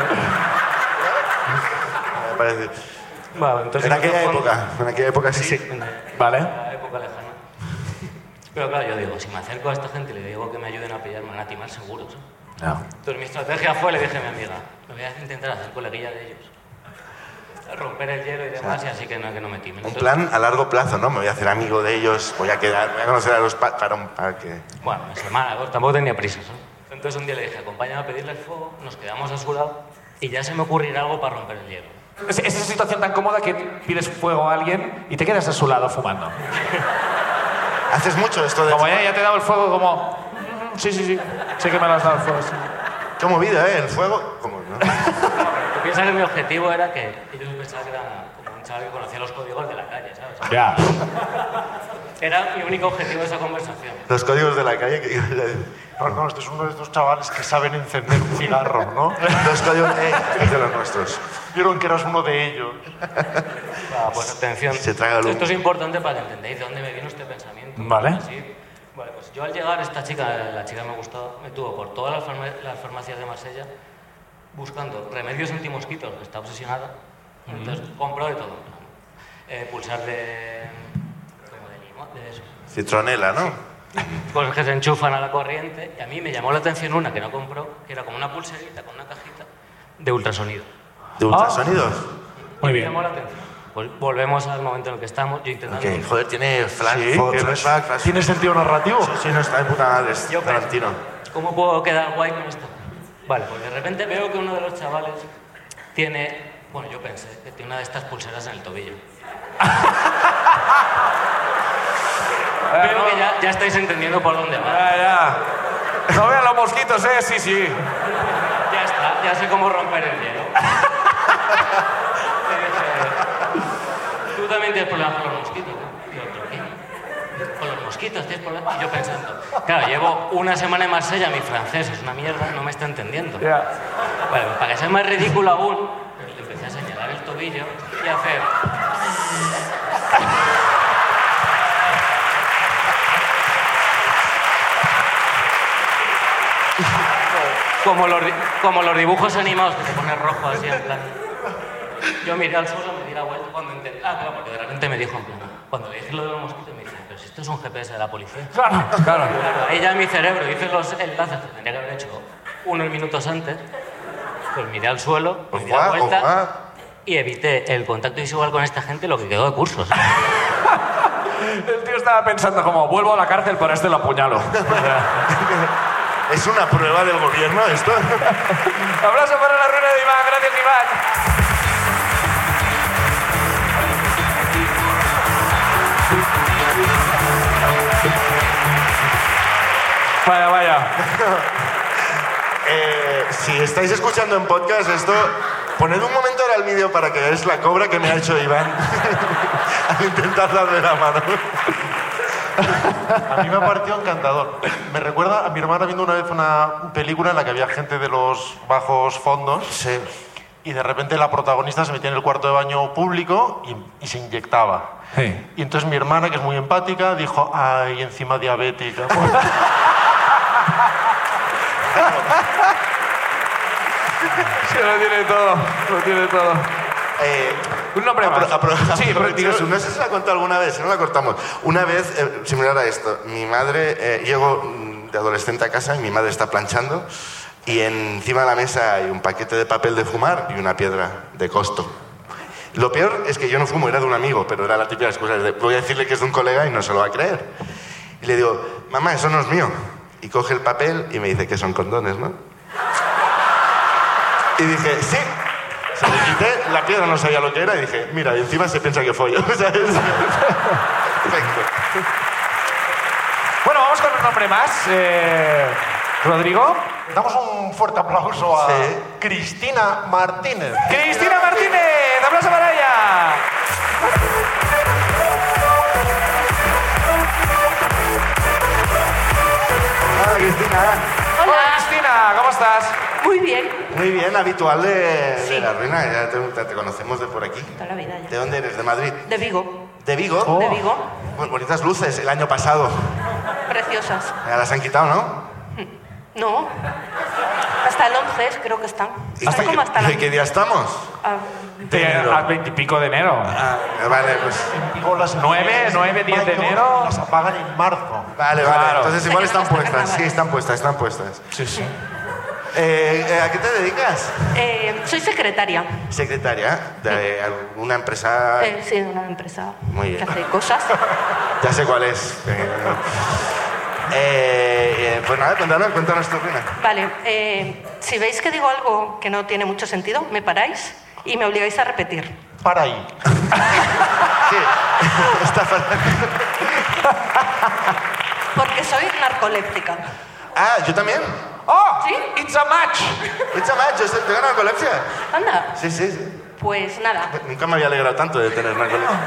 Speaker 1: Me parece.
Speaker 6: Bueno, entonces,
Speaker 1: En aquella
Speaker 6: entonces,
Speaker 1: época, en aquella época sí.
Speaker 6: Sí, en la
Speaker 2: Vale.
Speaker 6: época lejana. Pero claro, yo digo, si me acerco a esta gente y le digo que me ayuden a pillar, me van a timar seguros. Entonces mi estrategia fue, le dije a mi amiga, me voy a intentar hacer coleguilla de ellos. Romper el hielo y demás, y así que no, que no me timen.
Speaker 1: Un
Speaker 6: Entonces,
Speaker 1: plan a largo plazo, ¿no? Me voy a hacer amigo de ellos, voy a quedar, voy a conocer a los pa- para un parque.
Speaker 6: Bueno, mi semana, pues, tampoco tenía prisa. ¿no? Entonces un día le dije, acompáñame a pedirles fuego, nos quedamos a su lado y ya se me ocurrirá algo para romper el hielo.
Speaker 2: Es, es esa situación tan cómoda que pides fuego a alguien y te quedas a su lado fumando.
Speaker 1: Haces mucho esto de...
Speaker 2: Como "Eh, ya, ya te he dado el fuego, como. "Mm, Sí, sí, sí. Sé que me lo has dado el fuego. sí".
Speaker 1: Qué movida, ¿eh? El fuego... ¿Cómo, no?
Speaker 6: Yo piensa que mi objetivo era que ellos pensaban que era como un chaval que conocía los códigos de la calle, ¿sabes?
Speaker 2: Ya.
Speaker 6: Era mi único objetivo de esa conversación.
Speaker 1: Los códigos de la calle que ibas a decir.
Speaker 3: No, no, este es uno de estos chavales que saben encender un cigarro, ¿no?
Speaker 1: Los códigos... Eh, es de los nuestros.
Speaker 3: Vieron que eras uno de ellos.
Speaker 6: Ah, pues atención.
Speaker 1: Se traga el humo.
Speaker 6: Esto es importante para que entendáis de dónde me vino este pensamiento.
Speaker 2: Vale.
Speaker 6: Así. Vale, pues yo al llegar, esta chica, la chica que me gustaba, me tuvo por todas las, farma- las farmacias de Marsella buscando remedios antimosquitos, que está obsesionada.
Speaker 1: Mm.
Speaker 6: Entonces compró de todo. en plan, Eh, pulsar de. como de limón, de eso.
Speaker 1: Citronela, ¿no?
Speaker 6: Cosas que se enchufan a la corriente. Y a mí me llamó la atención una que no compró, que era como una pulserita con una cajita de ultrasonido.
Speaker 1: De ultrasonidos.
Speaker 2: Muy
Speaker 6: Y me
Speaker 2: bien.
Speaker 6: llamó la atención. Pues volvemos al momento en el que estamos, yo intentando.
Speaker 1: Ok, joder, tiene flash,
Speaker 3: Sí,
Speaker 1: fo-
Speaker 3: tiene-
Speaker 1: flashback, flash-
Speaker 3: ¿Tiene sentido narrativo?
Speaker 1: Sí, no está de puta madre, es
Speaker 6: Yo creo.
Speaker 1: Tarantino.
Speaker 6: ¿Cómo puedo quedar guay con esto? Vale, pues de repente veo que uno de los chavales tiene, bueno, yo pensé que tiene una de estas pulseras en el tobillo. Veo que ya, ya estáis entendiendo por dónde va.
Speaker 7: Ya, ya. No vean los mosquitos, ¿eh? Sí, sí.
Speaker 6: Ya está, ya sé cómo romper el hielo. Le dije, Tú también tienes problemas con los mosquitos. ¿no? Y otro, ¿qué? Con los mosquitos tienes problemas. Y yo pensando, claro, llevo una semana en Marsella, mi francés es una mierda, no me está entendiendo.
Speaker 2: Ya.
Speaker 6: Bueno, para que sea más ridículo aún, le empecé a señalar el tobillo y a hacer. Como los, di- como los dibujos animados que te pones rojo así en plan. Yo miré al suelo, me di la vuelta cuando intenté. Ah, claro, porque de repente me dijo en plan. Cuando le dije lo de los mosquitos, me dice, pero si esto es un GPS de la policía.
Speaker 2: Claro, claro.
Speaker 6: Claro, ahí ya mi cerebro hice los enlaces que tendría que haber hecho unos minutos antes. Pues miré al suelo, me di la
Speaker 1: Ojo,
Speaker 6: vuelta
Speaker 1: ojo.
Speaker 6: y evité el contacto visual con esta gente, lo que quedó de cursos.
Speaker 2: El tío estaba pensando, como, vuelvo a la cárcel, pero este lo apuñalo.
Speaker 1: ¿Es una prueba del gobierno esto?
Speaker 2: Abrazo para la ruina de Iván, gracias Iván. Vaya, vaya.
Speaker 1: Eh, si estáis escuchando en podcast esto, poned un momento ahora el vídeo para que veáis la cobra que me ha hecho Iván al intentar darme la mano.
Speaker 3: A mí me ha parecido encantador. Me recuerda a mi hermana viendo una vez una película en la que había gente de los bajos fondos.
Speaker 1: Sí.
Speaker 3: Y de repente la protagonista se metía en el cuarto de baño público y, y se inyectaba.
Speaker 2: Sí.
Speaker 3: Y entonces mi hermana, que es muy empática, dijo, ay, encima diabética.
Speaker 7: Sí, lo tiene todo, lo tiene todo.
Speaker 1: Eh,
Speaker 2: Un nombre más. sí, pero
Speaker 1: sí,
Speaker 2: tío,
Speaker 1: no sé si la he contado alguna vez, si no la cortamos. Una vez, eh, similar a esto, mi madre, eh, llego mm, de adolescente a casa y mi madre está planchando y encima de la mesa hay un paquete de papel de fumar y una piedra de costo. Lo peor es que yo no fumo, era de un amigo, pero era la típica excusa de voy a decirle que es de un colega y no se lo va a creer. Y le digo, mamá, eso no es mío. Y coge el papel y me dice que son condones, ¿no? Y dije, sí. Se lo quité, la piedra no sabía lo que era y dije, mira, y encima se piensa que follo, ¿sabes? Perfecto.
Speaker 2: Bueno, vamos con un nombre más. Eh, Rodrigo.
Speaker 3: Damos un fuerte aplauso a
Speaker 1: Sí.
Speaker 3: Cristina Martínez.
Speaker 2: Cristina Martínez, aplauso para ella.
Speaker 1: Hola, Cristina.
Speaker 2: Hola Cristina, ¿cómo estás?
Speaker 8: Muy bien.
Speaker 1: Muy bien, habitual de, de
Speaker 8: Sí.
Speaker 1: la ruina, ya te, te- te conocemos de por aquí.
Speaker 8: Toda la vida
Speaker 1: ¿De
Speaker 8: ya.
Speaker 1: dónde eres? ¿De Madrid?
Speaker 8: De Vigo.
Speaker 1: ¿De Vigo?
Speaker 3: Oh.
Speaker 8: De Vigo.
Speaker 1: Pues bonitas luces el año pasado.
Speaker 8: Preciosas.
Speaker 1: Ya las han quitado, ¿no?
Speaker 8: No. Hasta el 11 creo que están.
Speaker 1: ¿Y
Speaker 8: Hasta
Speaker 1: qué-
Speaker 8: como hasta la...
Speaker 1: ¿Qué día estamos?
Speaker 8: Ah,
Speaker 2: Te- al veintipico de enero.
Speaker 1: Ah, vale, pues.
Speaker 3: Digo, las
Speaker 2: Nueve,
Speaker 3: luces de
Speaker 2: nueve, diez de
Speaker 3: mayo
Speaker 2: enero.
Speaker 3: Las apagan en marzo.
Speaker 1: Vale, vale.
Speaker 2: Claro.
Speaker 1: Entonces igual
Speaker 8: Se
Speaker 1: están
Speaker 8: quedan hasta
Speaker 1: puestas.
Speaker 8: carnaval.
Speaker 1: Sí, están puestas, están puestas.
Speaker 2: Sí, sí.
Speaker 1: Eh, eh, ¿A qué te dedicas?
Speaker 8: eh, soy secretaria.
Speaker 1: Secretaria de alguna empresa.
Speaker 8: Eh, sí, de una empresa
Speaker 1: Ah. Muy bien.
Speaker 8: que hace cosas.
Speaker 1: Ya sé cuál es. Eh, eh, pues nada, cuéntanos, cuéntanos tu ruina.
Speaker 8: Vale, eh, si veis que digo algo que no tiene mucho sentido, me paráis y me obligáis a repetir.
Speaker 3: Para ahí.
Speaker 1: Sí, está fatal.
Speaker 8: Porque soy narcoléptica.
Speaker 1: Ah, yo también.
Speaker 2: ¡Oh!
Speaker 8: ¿Sí?
Speaker 2: ¡It's a match!
Speaker 1: Echa más, yo soy- tengo narcolepsia.
Speaker 8: Anda,
Speaker 1: Sí, sí, sí.
Speaker 8: pues nada.
Speaker 1: Nunca me había alegrado tanto de tener narcolepsia.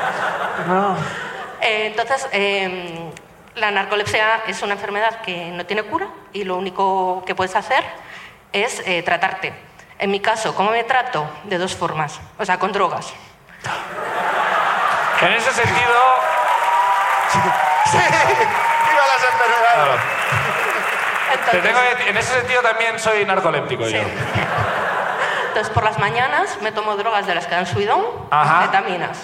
Speaker 8: Eh, entonces, eh, la narcolepsia es una enfermedad que no tiene cura y lo único que puedes hacer es eh, tratarte. En mi caso, ¿cómo me trato? De dos formas. O sea, con drogas.
Speaker 2: En ese sentido,
Speaker 1: ¡Sí! ¡Viva las enfermedades!
Speaker 2: te
Speaker 8: Entonces,
Speaker 2: tengo que decir- en ese sentido también soy narcoléptico
Speaker 8: sí.
Speaker 2: yo.
Speaker 8: Entonces, por las mañanas me tomo drogas de las que dan subidón,
Speaker 2: Ajá.
Speaker 8: vitaminas.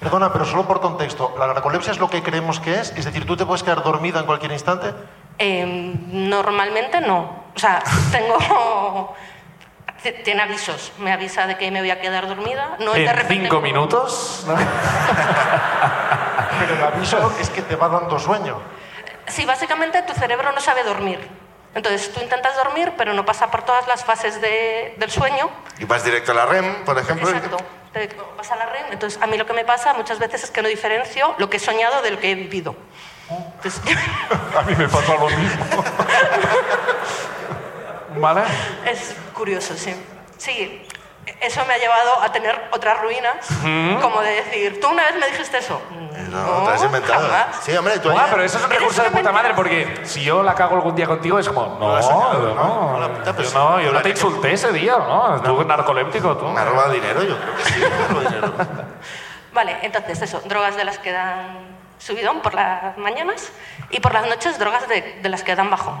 Speaker 3: Perdona, pero solo por contexto. ¿La narcolepsia es lo que creemos que es? Es decir, ¿tú te puedes quedar dormida en cualquier instante?
Speaker 8: Eh, normalmente no. O sea, tengo. t- Tiene avisos. Me avisa de que me voy a quedar dormida. No es de
Speaker 2: En
Speaker 8: repente.
Speaker 2: cinco minutos. ¿no?
Speaker 3: Pero el aviso es que te va dando sueño.
Speaker 8: Sí, básicamente tu cerebro no sabe dormir. Entonces tú intentas dormir, pero no pasa por todas las fases de- del sueño.
Speaker 1: Y vas directo a la REM, por ejemplo. y-
Speaker 8: Exacto. Te pasa la red. Entonces a mí lo que me pasa muchas veces es que no diferencio lo que he soñado de lo que he vivido. Entonces,
Speaker 3: A mí me pasó lo mismo.
Speaker 2: ¿Vale?
Speaker 8: es curioso, sí. Sí, eso me ha llevado a tener otras ruinas, como de decir, tú una vez me dijiste eso.
Speaker 1: No, te lo has inventado.
Speaker 8: jamás.
Speaker 1: Sí, hombre, tú
Speaker 8: Pues
Speaker 2: Ah,
Speaker 1: ahí-
Speaker 2: pero eso es un
Speaker 8: Eres
Speaker 2: recurso de
Speaker 8: una
Speaker 2: puta madre
Speaker 8: mentira.
Speaker 2: porque si yo la cago algún día contigo es como,
Speaker 1: lo
Speaker 2: no,
Speaker 1: has sacado,
Speaker 2: yo
Speaker 1: ¿no?
Speaker 2: no,
Speaker 1: Hola, puta, pero
Speaker 2: yo
Speaker 1: sí.
Speaker 2: no, yo no te insulté ese día, ¿no? Tú narcoléptico, tú.
Speaker 1: Me ha robado dinero, yo creo que sí, me ha robado dinero.
Speaker 8: Vale, entonces eso, drogas de las que dan subidón por las mañanas y por las noches drogas de, de las que dan bajón.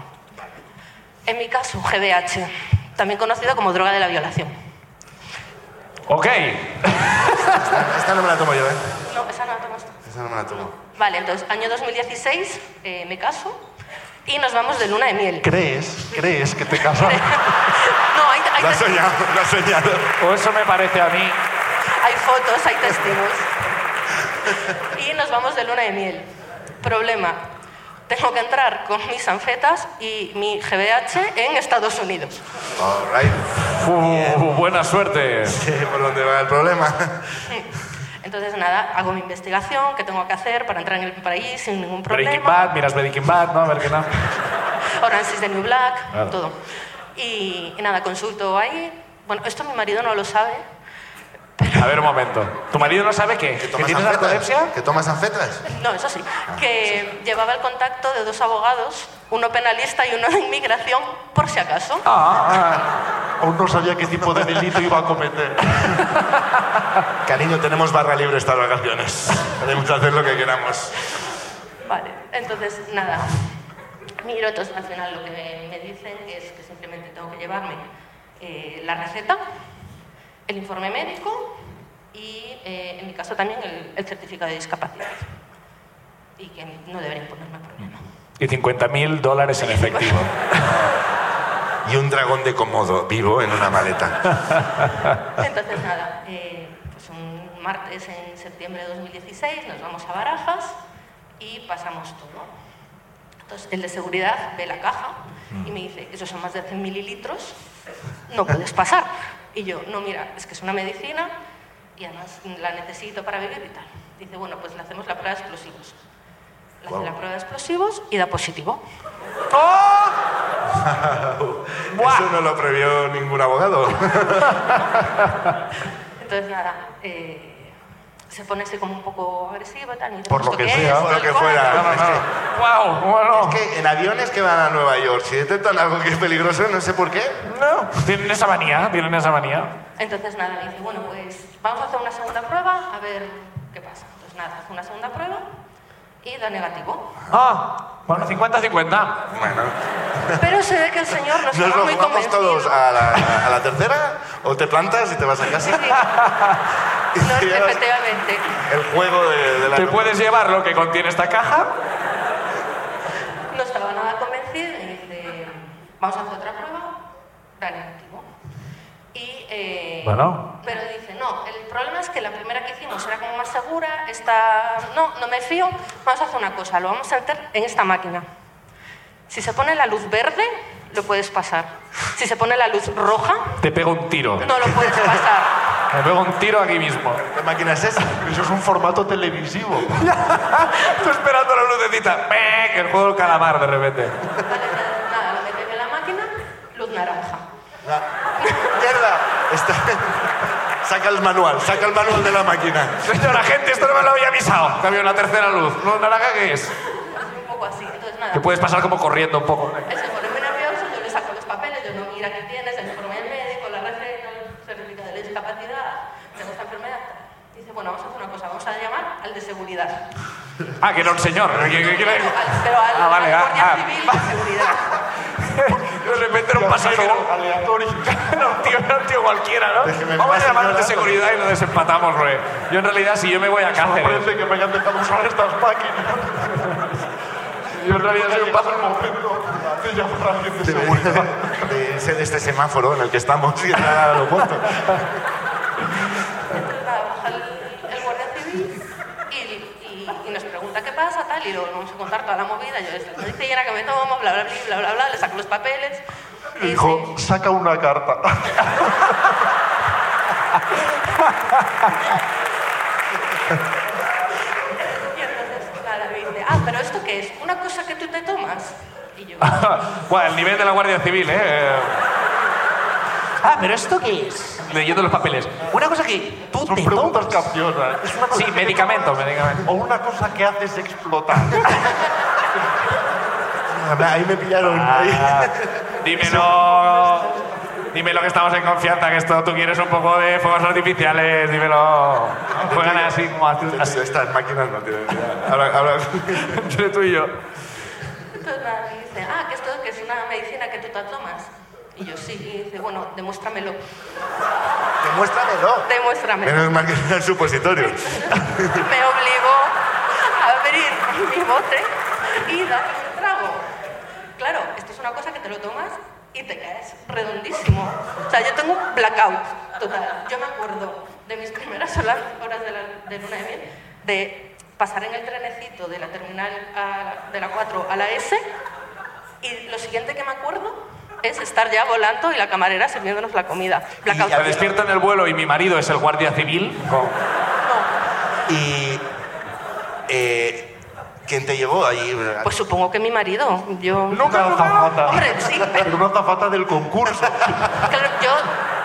Speaker 8: En mi caso, GBH, también conocido como droga de la violación.
Speaker 2: Ok,
Speaker 1: Esta no me la tomo yo, ¿eh?
Speaker 8: No, esa no la tomas tú.
Speaker 1: Esa no me la tomo.
Speaker 8: Vale, entonces, año 2016, eh, me caso y nos vamos de luna de miel.
Speaker 3: ¿Crees? ¿Crees que te casas?
Speaker 8: No, hay, hay
Speaker 1: Lo has
Speaker 8: tes-
Speaker 1: soñado, lo has soñado.
Speaker 2: o pues eso me parece a mí.
Speaker 8: hay fotos, hay testigos. Y nos vamos de luna de miel. Problema, tengo que entrar con mis anfetas y mi GBH en Estados Unidos.
Speaker 1: All right.
Speaker 2: Uh, buena suerte.
Speaker 1: Sí, por dónde va el problema.
Speaker 8: Entonces, nada, hago mi investigación, qué tengo que hacer para entrar en el país sin ningún
Speaker 2: Breaking
Speaker 8: problema.
Speaker 2: Bad, miras Breaking Bad, ¿no? A ver qué tal.
Speaker 8: Orange is the New Black,
Speaker 2: Claro.
Speaker 8: todo. Y, y nada, consulto ahí. Bueno, esto mi marido no lo sabe.
Speaker 2: A ver un momento. ¿Tu marido no sabe qué? ¿Que
Speaker 1: ¿Tomas
Speaker 2: tienes
Speaker 1: anfetas?
Speaker 2: narcolepsia?
Speaker 1: ¿Que tomas anfetas?
Speaker 8: No, eso sí. Que llevaba el contacto de dos abogados, uno penalista y uno de inmigración, por si acaso.
Speaker 2: Ah,
Speaker 3: Aún no sabía qué tipo de delito iba a cometer.
Speaker 1: Cariño, tenemos barra libre estas vacaciones. Podemos hacer lo que queramos.
Speaker 8: Vale, entonces nada. Miro, entonces al final lo que me dicen es que simplemente tengo que llevarme eh, la receta, el informe médico y eh, en mi caso también el, el certificado de discapacidad. Y que no deberían ponerme problema.
Speaker 2: y 50.000 dólares en efectivo.
Speaker 1: Y un dragón de Komodo vivo en una maleta.
Speaker 8: Entonces nada, eh, pues un martes en septiembre de 2016 nos vamos a Barajas y pasamos todo. Entonces el de seguridad ve la caja y me dice, esos son más de 100 mililitros, no puedes pasar. Y yo, no, mira, es que es una medicina y además la necesito para vivir y tal. Dice, bueno, pues le hacemos la prueba de explosivos. Le hace la prueba de explosivos y da positivo.
Speaker 1: ¡Oh! Eso no lo previó ningún abogado.
Speaker 8: Entonces, nada, eh, se pone así como un poco agresiva, tal, y dice,
Speaker 1: Por lo
Speaker 8: "¿Esto
Speaker 1: que
Speaker 8: qué
Speaker 1: sea,
Speaker 8: es?
Speaker 1: por lo que
Speaker 8: ¿Esto
Speaker 1: fuera".
Speaker 8: cuál?".
Speaker 1: No, no, Ah, no.
Speaker 2: ¡Wow! Bueno.
Speaker 1: Es que en aviones que van a Nueva York, si detectan algo que es peligroso, no sé por qué.
Speaker 2: No. Tienen esa manía, tienen esa manía.
Speaker 8: Entonces nada, me dice, bueno, pues vamos a hacer una segunda prueba a ver qué pasa. Entonces nada, hace una segunda prueba y da negativo.
Speaker 2: Ah, bueno, 50-50.
Speaker 1: Bueno,
Speaker 8: Pero se ve que el señor no
Speaker 1: ¿nos
Speaker 8: estaba
Speaker 1: lo
Speaker 8: muy
Speaker 1: jugamos
Speaker 8: convencido.
Speaker 1: todos a la, a la tercera? ¿O te plantas y te vas a
Speaker 8: Sí,
Speaker 1: casa?
Speaker 8: sí,
Speaker 1: Y
Speaker 8: no,
Speaker 1: te llevas
Speaker 8: efectivamente.
Speaker 1: el juego de, de la...
Speaker 2: Te puedes llevar lo que contiene esta caja.
Speaker 8: No estaba nada convencido y dice, vamos a hacer otra prueba, da negativo. Y, eh,
Speaker 2: Bueno.
Speaker 8: Pero dice, no, el problema es que la primera que hicimos era como más segura, esta, no, no me fío, vamos a hacer una cosa, lo vamos a meter en esta máquina. Si se pone la luz verde, lo puedes pasar. Si se pone la luz roja,
Speaker 2: Te pego un tiro.
Speaker 8: no lo puedes pasar.
Speaker 2: Me pego un tiro aquí mismo.
Speaker 1: ¿Qué máquina es esa?
Speaker 3: Eso es un formato televisivo.
Speaker 2: Estoy esperando la lucecita. ¡Pec! El juego del calamar de repente.
Speaker 8: Vale, nada, nada, lo meten en la máquina, luz naranja.
Speaker 1: La- ¡Mierda! Está- Saca el manual, saca el manual de la máquina.
Speaker 2: Señora gente, esto no me lo había avisado. Que había una tercera luz. ¿No naranja qué es?
Speaker 8: Un poco así, entonces nada.
Speaker 2: Que puedes pasar como corriendo un poco.
Speaker 8: Él se pone muy nervioso, yo le saco los papeles, yo no, mira qué tienes, el informe del médico, la receta, el certificado de discapacidad, tengo esta enfermedad. Dice, bueno, vamos a hacer una cosa, vamos a llamar al de seguridad.
Speaker 2: Ah, que no el señor. ¿Qué- qué- qué-
Speaker 8: Pero al, pero al,
Speaker 2: Ah, vale,
Speaker 8: al
Speaker 2: ah,
Speaker 8: guardia
Speaker 2: ah.
Speaker 8: civil de seguridad.
Speaker 2: De repente era un pasajero aleatorio. Era un tío, era un tío cualquiera, ¿no?
Speaker 1: Déjeme
Speaker 2: Vamos a
Speaker 1: pasar,
Speaker 2: llamar al de
Speaker 1: ¿verdad?
Speaker 2: seguridad y lo desempatamos, güey. Yo en realidad, si yo me voy a Cáceres,
Speaker 3: Parece que me hayan dejado usar estas máquinas.
Speaker 2: yo en realidad soy un
Speaker 3: Pasa
Speaker 2: pájaro.
Speaker 3: el momento de llamar a alguien de seguridad.
Speaker 1: De, de este semáforo en el que estamos y entrar al aeropuerto.
Speaker 8: Entonces, nada, baja el, el guardia civil y, y- y nos pregunta qué pasa, tal, y luego vamos a contar toda la movida. Yo les dice llena que me tomo, bla, bla, bla, bla, bla, bla, le saco los papeles. y
Speaker 3: Dijo, saca una carta.
Speaker 8: dice- Este, y entonces, nada, me dice, ah, pero ¿esto qué es? ¿Una cosa que tú te tomas? Y yo...
Speaker 2: Buah, el nivel de la Guardia Civil, ¿eh? ¿eh?
Speaker 4: Ah, pero ¿esto qué es?
Speaker 2: Leyendo los papeles.
Speaker 4: Una cosa que tú te
Speaker 3: Son preguntas capciosas. Es una cosa
Speaker 2: Sí,
Speaker 3: que
Speaker 2: medicamentos,
Speaker 3: tomas
Speaker 2: medicamentos.
Speaker 3: O una cosa que haces explotar.
Speaker 1: Ahí me pillaron.
Speaker 2: Ah,
Speaker 1: ahí.
Speaker 2: Dímelo. Dímelo que estamos en confianza, que esto tú quieres un poco de fuegos artificiales, dímelo. Juegan así como así,
Speaker 1: Estas máquinas no tienen... idea. Ahora, ahora...
Speaker 2: entre tú y yo.
Speaker 8: Entonces nada, me dice, ah, que esto que es una medicina que tú te tomas. Y yo sí, y dice, bueno, demuéstramelo,
Speaker 1: Demuéstramelo.
Speaker 8: demuéstramelo.
Speaker 1: Menos mal que era el supositorio.
Speaker 8: Me obligó a abrir mi bote y darle un trago. Claro, esto es una cosa que te lo tomas y te caes redondísimo. O sea, yo tengo un blackout total. Yo me acuerdo de mis primeras horas horas de, la- de luna de miel, de pasar en el trenecito de la terminal a la- de la 4 a la S y lo siguiente que me acuerdo es estar ya volando y la camarera sirviéndonos la comida. Blackout.
Speaker 2: Me despierto en el vuelo y mi marido es el guardia civil.
Speaker 8: No.
Speaker 1: Y... eh, ¿Quién te llevó allí?
Speaker 8: Pues supongo que mi marido, yo...
Speaker 3: Nunca una azafata.
Speaker 8: Hombre, sí, pero-
Speaker 3: Pero una azafata del concurso.
Speaker 8: Claro, yo,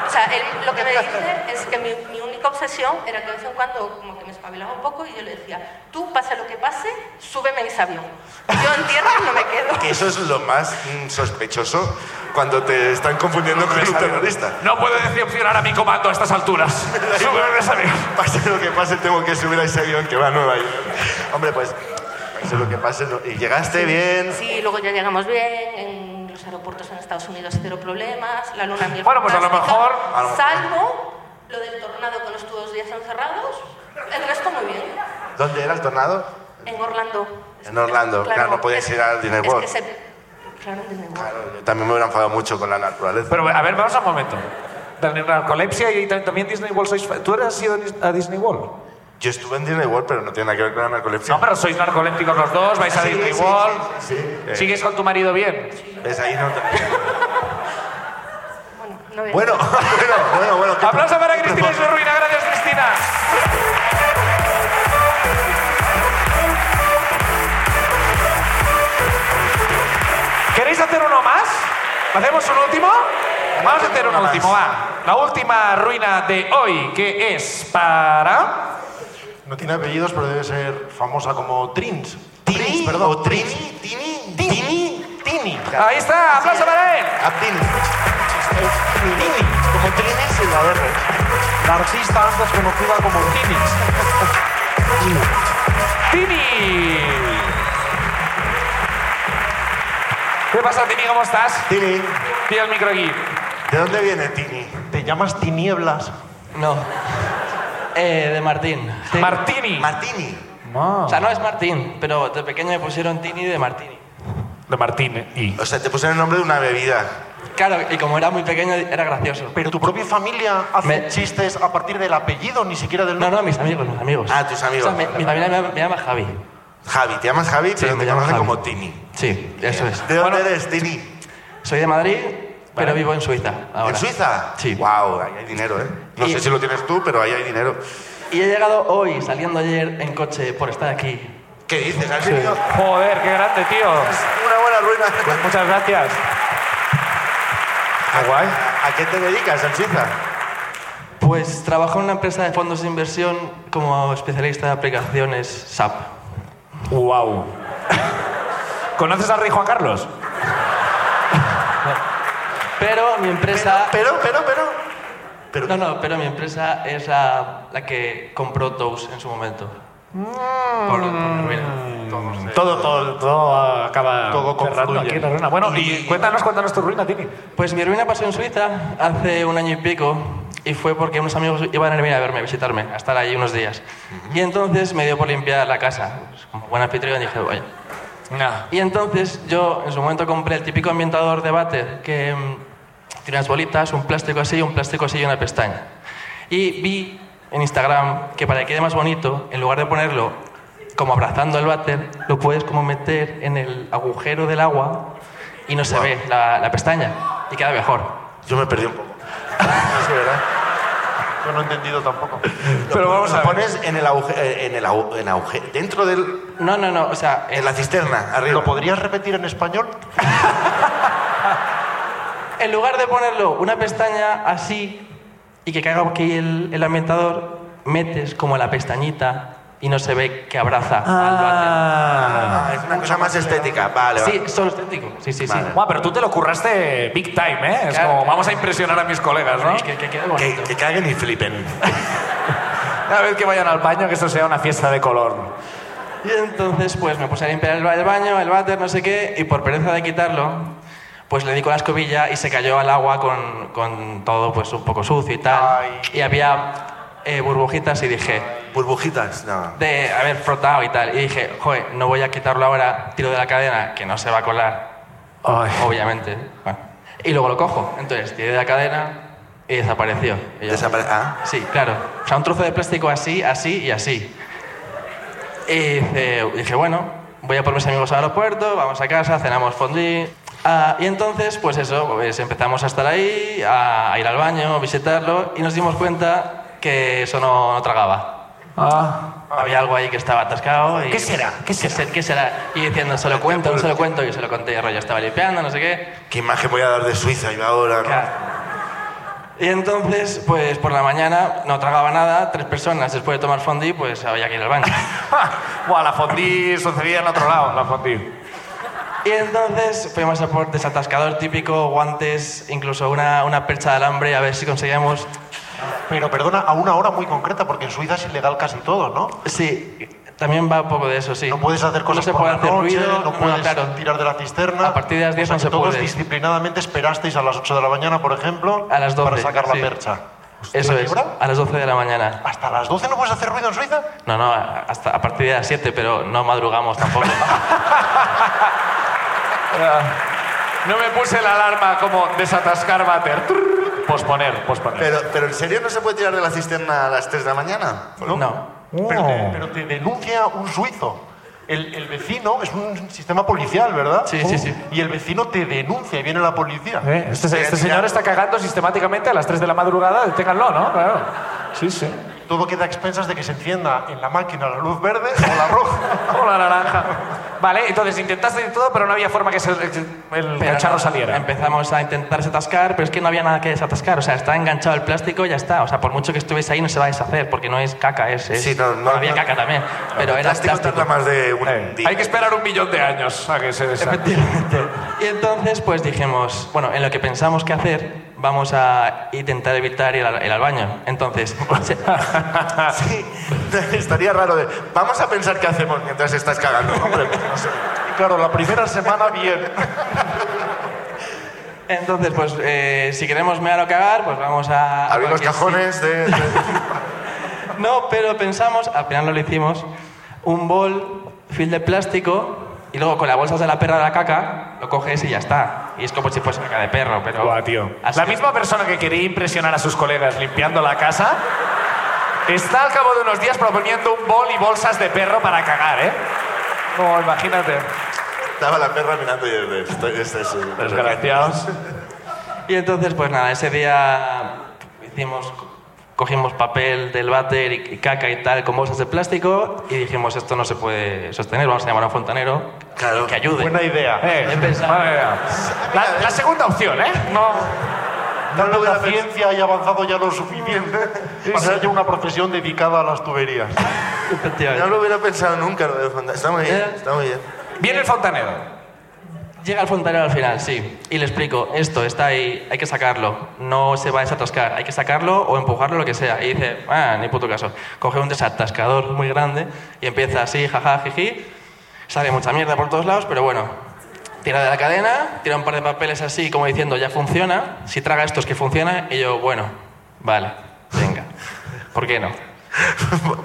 Speaker 8: o sea, él lo que me dice es que mi, mi única obsesión era que de vez en cuando como que me espabilaba un poco y yo le decía, tú pase lo que pase, súbeme en ese avión. Yo en tierra no me
Speaker 1: Que
Speaker 8: quedo.
Speaker 1: eso es lo más mm, sospechoso cuando te están confundiendo con un terrorista.
Speaker 2: No puedo decepcionar a mi comando a estas alturas. Súbeme ese avión.
Speaker 1: Pase lo que pase, tengo que subir a ese avión que va a Nueva York. Hombre, pues, pase lo que pase. no- Y llegaste bien.
Speaker 8: Sí, luego ya llegamos bien, en los aeropuertos en Estados Unidos cero problemas, la luna miel
Speaker 2: Bueno, pues a lo
Speaker 8: fantástica,
Speaker 2: mejor-
Speaker 1: a lo mejor.
Speaker 8: Salvo lo del tornado con los dos días encerrados, el resto muy bien.
Speaker 1: ¿Dónde era el tornado?
Speaker 8: En Orlando.
Speaker 1: En Orlando, claro, no podías ir al Disney
Speaker 8: es
Speaker 1: World.
Speaker 8: que se- Claro, en Disney World.
Speaker 1: Claro, yo también me hubiera enfadado mucho con la naturaleza.
Speaker 2: Pero a ver, vamos a un momento. También narcolepsia y tam- también Disney World. ¿Sois fa- ¿Tú has ido a Disney World?
Speaker 1: Yo estuve en Disney World, pero no tiene nada que ver con la narcolepsia.
Speaker 2: No, pero sois narcolépticos los dos, vais a
Speaker 1: Sí,
Speaker 2: Disney
Speaker 1: sí,
Speaker 2: World.
Speaker 1: Sí, sí, sí. Eh,
Speaker 2: ¿Sigues con tu marido bien?
Speaker 1: ¿Ves ahí? No
Speaker 8: Bueno, no voy a-
Speaker 1: bueno, bueno, bueno, bueno. ¿qué-
Speaker 2: Aplauso para Cristina y su ruina. Gracias, Cristina. ¿Queréis hacer uno más? ¿Hacemos un último? Vamos a hacer un
Speaker 1: Uno más.
Speaker 2: último, va. La última ruina de hoy, que es para...
Speaker 3: No tiene apellidos, pero debe ser famosa como Trins. Trins,
Speaker 1: Tini,
Speaker 3: perdón.
Speaker 1: o
Speaker 3: Trins.
Speaker 1: Trini, Tini, Tini, Tini.
Speaker 9: Ahí está, aplauso para él.
Speaker 1: A Tini. Tini, como Trini sin la R.
Speaker 3: La artista antes conocida como Tinix.
Speaker 9: Tini. ¿Qué pasa, Tini? ¿Cómo estás?
Speaker 1: Tini,
Speaker 9: Tira el micro aquí.
Speaker 1: ¿de dónde viene Tini?
Speaker 3: Te llamas Tinieblas.
Speaker 10: No. Eh, de Martín. Sí.
Speaker 9: Martini.
Speaker 1: Martini.
Speaker 10: O sea, no es Martín, pero de pequeño me pusieron Tini de Martini.
Speaker 2: De Martín y.
Speaker 1: O sea, te pusieron el nombre de una bebida.
Speaker 10: Claro, y como era muy pequeño era gracioso.
Speaker 3: Pero tu propia familia hace
Speaker 10: Me-
Speaker 3: chistes a partir del apellido, ni siquiera del
Speaker 10: No,
Speaker 3: nombre.
Speaker 10: no, mis amigos, mis amigos.
Speaker 1: Ah, tus amigos.
Speaker 10: O sea, mi, mi familia me, me llama Javi.
Speaker 1: Javi, te llamas Javi, pero
Speaker 10: me
Speaker 1: te
Speaker 10: llamo
Speaker 1: conocen
Speaker 10: Javi.
Speaker 1: como Tini.
Speaker 10: Sí, eso es.
Speaker 1: ¿De dónde
Speaker 9: Bueno.
Speaker 1: eres, Tini?
Speaker 10: Soy de Madrid, pero vivo en Suiza ahora.
Speaker 1: ¿En Suiza?
Speaker 10: Sí.
Speaker 1: Wow, ahí hay dinero, ¿eh? No
Speaker 10: Y-
Speaker 1: sé si lo tienes tú, pero ahí hay dinero.
Speaker 10: Y he llegado hoy, saliendo ayer en coche por estar aquí.
Speaker 1: ¿Qué dices? ¿Has venido?
Speaker 2: Joder, qué grande, tío.
Speaker 1: Una buena ruina.
Speaker 2: Pues muchas gracias.
Speaker 1: Ah, guay. ¿A qué te dedicas en Suiza?
Speaker 10: Pues trabajo en una empresa de fondos de inversión como especialista de aplicaciones SAP.
Speaker 2: Wow. ¿Conoces al rey Juan Carlos?
Speaker 10: Pero mi empresa...
Speaker 1: Pero, pero, pero. pero
Speaker 10: No, no, pero mi empresa es la, la que compró Toast en su momento.
Speaker 2: Mm.
Speaker 10: Por, por la ruina.
Speaker 2: Todo, todo, todo acaba
Speaker 3: Todo
Speaker 2: Ah, cerrando
Speaker 3: confluye.
Speaker 2: aquí en la ruina. Bueno, y cuéntanos, cuéntanos tu ruina, Tini.
Speaker 10: Pues mi ruina pasó en Suiza hace un año y pico y fue porque unos amigos iban a venir a verme, a visitarme, a estar ahí unos días. Y entonces me dio por limpiar la casa. Pues, como buen anfitrión dije, vaya. Y entonces yo en su momento compré el típico ambientador de váter que mm, tiene unas bolitas, un plástico así, un plástico así y una pestaña. Y vi en Instagram que para que quede más bonito, en lugar de ponerlo como abrazando el váter, lo puedes como meter en el agujero del agua y no se ve la, la pestaña y queda mejor.
Speaker 1: Yo me perdí un poco. Es que, ¿verdad?
Speaker 3: Yo no he entendido tampoco.
Speaker 1: Pero vamos a pones en el agujero, en el agu- en auge- dentro del,
Speaker 10: No, no, no, o sea,
Speaker 1: en la cisterna, arriba.
Speaker 3: ¿Lo podrías repetir en español?
Speaker 10: En lugar de ponerlo una pestaña así y que caiga aquí el, el ambientador, metes como la pestañita y no se ve que abraza
Speaker 1: Ah, es una cosa más estética.
Speaker 10: al
Speaker 1: Vale,
Speaker 10: váter.
Speaker 1: vale.
Speaker 10: Sí, solo estético. Sí, sí, sí.
Speaker 2: Guau, pero tú te lo curraste big time, ¿eh? Es
Speaker 10: Claro.
Speaker 2: como, vamos a impresionar a mis colegas, ¿no?
Speaker 10: Que, que quede
Speaker 1: Que,
Speaker 10: bonito.
Speaker 1: Eh, que caguen y flipen.
Speaker 2: Cada vez que vayan al baño, que esto sea una fiesta de color.
Speaker 10: Y entonces, pues me puse a limpiar el, ba- el baño, el váter, no sé qué, y por pereza de quitarlo, pues le di con la escobilla y se cayó al agua con, con todo pues un poco sucio y tal. Y había eh, burbujitas y dije,
Speaker 1: Burbujitas, no.
Speaker 10: de haber frotado y tal. Y dije, joder, no voy a quitarlo ahora, tiro de la cadena, que no se va a colar,
Speaker 2: Ay.
Speaker 10: obviamente. Bueno, y luego lo cojo. Entonces tiré de la cadena y desapareció. Y yo,
Speaker 1: Desapare- ah.
Speaker 10: Sí, claro. O sea, un trozo de plástico así, así y así. Y dice- dije, bueno, voy a por mis amigos al aeropuerto, vamos a casa, cenamos fondue. Ah, y entonces, pues eso, pues empezamos a estar ahí, a, a ir al baño, a visitarlo, y nos dimos cuenta que eso no- no tragaba.
Speaker 2: Ah.
Speaker 10: Había algo ahí que estaba atascado. Y,
Speaker 2: ¿Qué será? ¿Qué será?
Speaker 10: se- ¿Qué será? Y diciendo, se lo cuento, no se lo cuento, y se lo conté, rollo, estaba limpiando, no sé qué.
Speaker 1: ¿Qué imagen voy a dar de Suiza yo ahora? no?
Speaker 10: Y entonces, pues por la mañana no tragaba nada, tres personas después de tomar fondi, pues había que ir al baño.
Speaker 2: Buah, la fondí sucedía en otro lado, la fondí.
Speaker 10: y entonces fuimos a por desatascador típico, guantes, incluso una, una percha de alambre, a ver si conseguíamos.
Speaker 3: Pero perdona, a una hora muy concreta, porque en Suiza es ilegal casi todo, ¿no?
Speaker 10: Sí, también va un poco de eso, sí.
Speaker 3: No puedes hacer cosas
Speaker 10: No se
Speaker 3: por
Speaker 10: puede
Speaker 3: la
Speaker 10: hacer
Speaker 3: noche,
Speaker 10: ruido,
Speaker 3: no puedes
Speaker 10: claro.
Speaker 3: tirar de la cisterna.
Speaker 10: A partir de las
Speaker 3: O
Speaker 10: 10
Speaker 3: sea
Speaker 10: no
Speaker 3: que
Speaker 10: se
Speaker 3: todos
Speaker 10: puede.
Speaker 3: disciplinadamente esperasteis a las 8 de la mañana, por ejemplo,
Speaker 10: A las 12,
Speaker 3: para sacar la
Speaker 10: sí.
Speaker 3: percha.
Speaker 10: Eso
Speaker 3: ¿Hostia,
Speaker 10: es,
Speaker 3: ¿libra?
Speaker 10: a las 12 de la mañana.
Speaker 3: ¿Hasta las 12 no puedes hacer ruido en Suiza?
Speaker 10: No, no, hasta a partir de las 7, pero no madrugamos tampoco.
Speaker 2: No me puse la alarma como desatascar váter. Trrr. Posponer, posponer.
Speaker 1: Pero, pero ¿en serio no se puede tirar de la cisterna a las 3 de la mañana?
Speaker 10: no.
Speaker 3: Pero, te, pero te denuncia un suizo. El, el vecino es un sistema policial, ¿verdad? Oh.
Speaker 10: Sí, sí, sí.
Speaker 3: Y el vecino te denuncia y viene la policía.
Speaker 2: Eh, Este, este señor está cagando sistemáticamente a las 3 de la madrugada, deténganlo, ¿no? Claro. Sí, sí.
Speaker 3: Todo queda a expensas de que se encienda en la máquina la luz verde o la roja.
Speaker 2: O la naranja. Vale, entonces intentaste de todo, pero no había forma que se- el
Speaker 10: Pero
Speaker 2: cacharro
Speaker 10: no,
Speaker 2: saliera.
Speaker 10: Empezamos a intentar desatascar, pero es que no había nada que desatascar. O sea, está enganchado el plástico y ya está. O sea, por mucho que estuviese ahí, no se va a deshacer, porque no es caca, es. es-
Speaker 1: Sí, no, no-
Speaker 10: había
Speaker 1: no-
Speaker 10: caca también. pero
Speaker 1: el
Speaker 10: era
Speaker 1: plástico
Speaker 10: plástico.
Speaker 1: tarda más de un
Speaker 2: Eh,
Speaker 1: día.
Speaker 2: hay que esperar un millón de años a que se deshaga.
Speaker 10: Y entonces, pues dijimos, bueno, en lo que pensamos que hacer, vamos a intentar evitar ir al, ir al baño. Entonces, se-
Speaker 1: Sí, estaría raro de... Vamos a pensar qué hacemos mientras estás cagando, hombre. No sé.
Speaker 3: Claro, la primera semana bien.
Speaker 10: entonces pues eh, si queremos mear o cagar, pues vamos a. a
Speaker 1: Abrir los
Speaker 10: cualquier
Speaker 1: cajones de... de-
Speaker 10: sitio. No, pero pensamos, al final no lo hicimos, un bol, fil de plástico, y luego con las bolsas de la perra de la caca, lo coges y ya está. Y es como si fuese caca de perro, pero.
Speaker 2: Buah, tío.
Speaker 10: Así-
Speaker 2: La misma persona que quería impresionar a sus colegas limpiando la casa está al cabo de unos días proponiendo un bol y bolsas de perro para cagar, ¿eh? No, imagínate.
Speaker 1: Estaba la perra mirando y... de- Este, este es un-
Speaker 2: Desgraciados.
Speaker 10: Y entonces, pues nada, ese día hicimos, cogimos papel del váter y, y caca y tal con bolsas de plástico y dijimos, esto no se puede sostener, vamos a llamar a un fontanero
Speaker 1: Claro.
Speaker 10: que ayude.
Speaker 3: Buena idea.
Speaker 2: Eh,
Speaker 10: He pensado.
Speaker 2: madre mía. la, la segunda opción, ¿eh? No.
Speaker 3: Tal vez la ciencia haya avanzado ya lo suficiente para que haya una profesión dedicada a las tuberías.
Speaker 1: No
Speaker 10: Efectivamente.
Speaker 1: lo hubiera pensado nunca lo de fonda. Está muy bien,
Speaker 10: Eh.
Speaker 1: está muy bien.
Speaker 2: Viene el fontanero.
Speaker 10: Llega el fontanero al final, sí, y le explico, esto está ahí, hay que sacarlo, no se va a desatascar, hay que sacarlo o empujarlo, lo que sea. Y dice, ah, ni puto caso. Coge un desatascador muy grande y empieza así, jaja, jiji, sale mucha mierda por todos lados, pero bueno, tira de la cadena, tira un par de papeles así, como diciendo, ya funciona, si traga estos que funciona, y yo, bueno, vale, venga, ¿por qué no?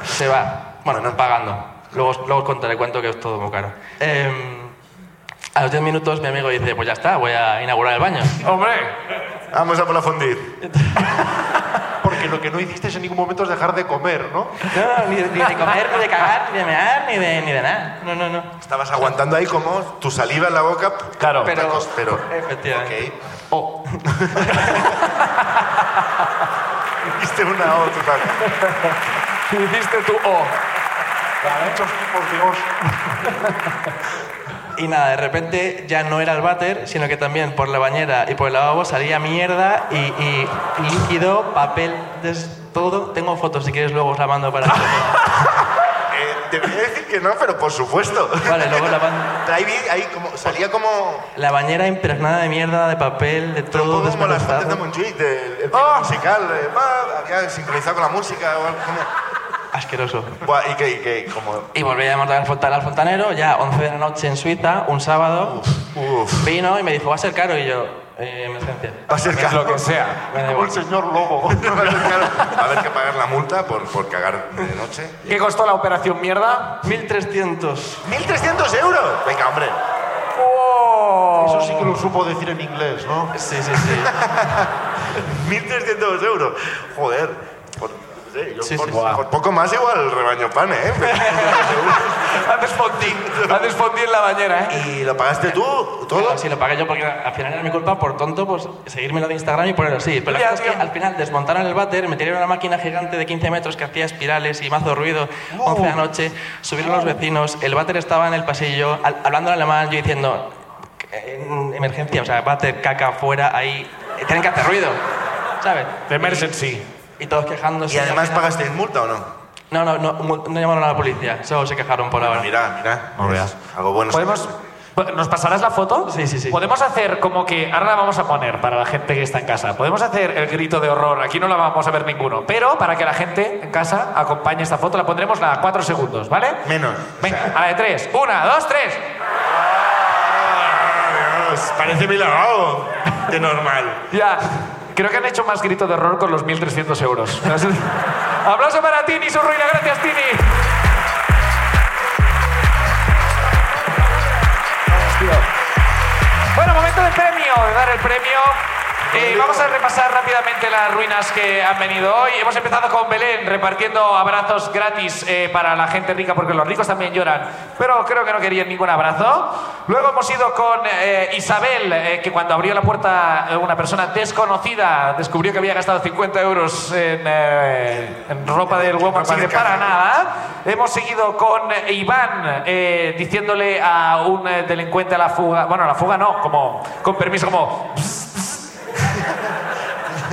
Speaker 10: Se va, bueno, no pagando, luego, luego os contaré cuánto que es todo muy caro. Em, a los 10 minutos mi amigo dice, pues ya está, voy a inaugurar el baño.
Speaker 2: Hombre.
Speaker 1: Vamos a por la fundir.
Speaker 3: Porque lo que no hiciste en ningún momento es dejar de comer, ¿no?
Speaker 10: No, no, ni, ni de comer, ni de cagar, ni de mear, ni de, ni de nada. No, no, no.
Speaker 1: Estabas aguantando ahí como tu saliva en la boca.
Speaker 2: Claro.
Speaker 1: Pero... Tacos, pero...
Speaker 10: Efectivamente.
Speaker 1: Ok. Oh. Hiciste una O total.
Speaker 2: Hiciste tú O.
Speaker 3: Por Dios.
Speaker 10: Y nada, de repente ya no era el váter, sino que también por la bañera y por el lavabo salía mierda y, y líquido, papel, des- todo. Tengo fotos, si quieres luego os la mando para...
Speaker 1: Eh, debería decir que no, pero por supuesto.
Speaker 10: vale, luego os la mando.
Speaker 1: Ahí, vi- ahí como, salía como...
Speaker 10: La bañera impregnada de mierda, de papel, de
Speaker 1: Pero
Speaker 10: todo Ah.
Speaker 1: un poco como las fuentes de
Speaker 10: desmenuzado.
Speaker 1: Montjuic, del el tema musical, eh, va, había sincronizado con la música. o algo como-
Speaker 10: Asqueroso.
Speaker 1: Buah, y que, y que como...
Speaker 10: Y volví a llamar al fontan- al fontanero, ya 11 de la noche en Suiza, un sábado.
Speaker 1: Uf,
Speaker 10: Vino y me dijo, va a ser caro. Y yo, eh, emergencia.
Speaker 1: va a ser caro.
Speaker 2: Lo que sea.
Speaker 10: Me da
Speaker 3: Como
Speaker 10: igual.
Speaker 3: el señor Lobo.
Speaker 1: Va a ser caro. Va a haber que pagar la multa por, por cagar de noche.
Speaker 2: ¿Qué costó la operación mierda?
Speaker 10: 1300.
Speaker 1: ¡1.300 euros! Venga, hombre. Oh.
Speaker 3: Eso sí que lo supo decir en inglés, ¿no?
Speaker 10: Sí, sí, sí.
Speaker 1: 1.300 euros. Joder. Por, no sé, yo
Speaker 10: Sí,
Speaker 1: por,
Speaker 10: sí, sí.
Speaker 1: por poco más igual rebaño pan, ¿eh?
Speaker 2: Haces fondí. Haces fondí en la bañera, ¿eh?
Speaker 1: ¿Y lo pagaste tú? ¿Todo?
Speaker 10: Si lo pagué yo porque al final era mi culpa por tonto, pues seguirme lo de Instagram y ponerlo así. Pero la
Speaker 2: Ya,
Speaker 10: cosa es que
Speaker 2: tío.
Speaker 10: al final desmontaron el váter, me tiraron una máquina gigante de 15 metros que hacía espirales y mazo ruido, 11 de la noche, subieron los vecinos, el váter estaba en el pasillo, al- hablando en alemán, yo diciendo, "En emergencia, o sea, váter, caca, fuera, ahí, eh, tienen que hacer ruido, ¿sabes?
Speaker 2: The emergency.
Speaker 10: Y todos quejándose.
Speaker 1: ¿Y además
Speaker 10: al final-
Speaker 1: pagasteis multa o no?
Speaker 10: No, no, no, mu- no llamaron a la policía, solo se quejaron por ahora.
Speaker 1: Mira, mira.
Speaker 2: No veas.
Speaker 1: Algo bueno.
Speaker 2: ¿Podemos, ¿Nos pasarás la foto?
Speaker 10: Sí, sí, sí.
Speaker 2: Podemos hacer como que. Ahora la vamos a poner para la gente que está en casa. Podemos hacer el grito de horror. Aquí no la vamos a ver ninguno. Pero para que la gente en casa acompañe esta foto, la pondremos a cuatro segundos, ¿vale?
Speaker 1: Menos.
Speaker 2: Venga, a la de tres. Una, dos, tres.
Speaker 1: Ah, Dios, parece mi lavabo. De normal.
Speaker 2: Ya. Creo que han hecho más grito de horror con los 1.300 euros. Aplauso para Tini, su ruina. Gracias, Tini. Bueno, momento del premio, de dar el premio Eh, vamos a repasar rápidamente las ruinas que han venido hoy. Hemos empezado con Belén repartiendo abrazos gratis eh, para la gente rica, porque los ricos también lloran, pero creo que no querían ningún abrazo. Luego hemos ido con eh, Isabel, eh, que cuando abrió la puerta eh, una persona desconocida descubrió que había gastado 50 euros en, eh, en ropa del Woman, así que para nada. Hemos seguido con Iván eh, diciéndole a un eh, delincuente a la fuga, bueno, a la fuga no, como con permiso, como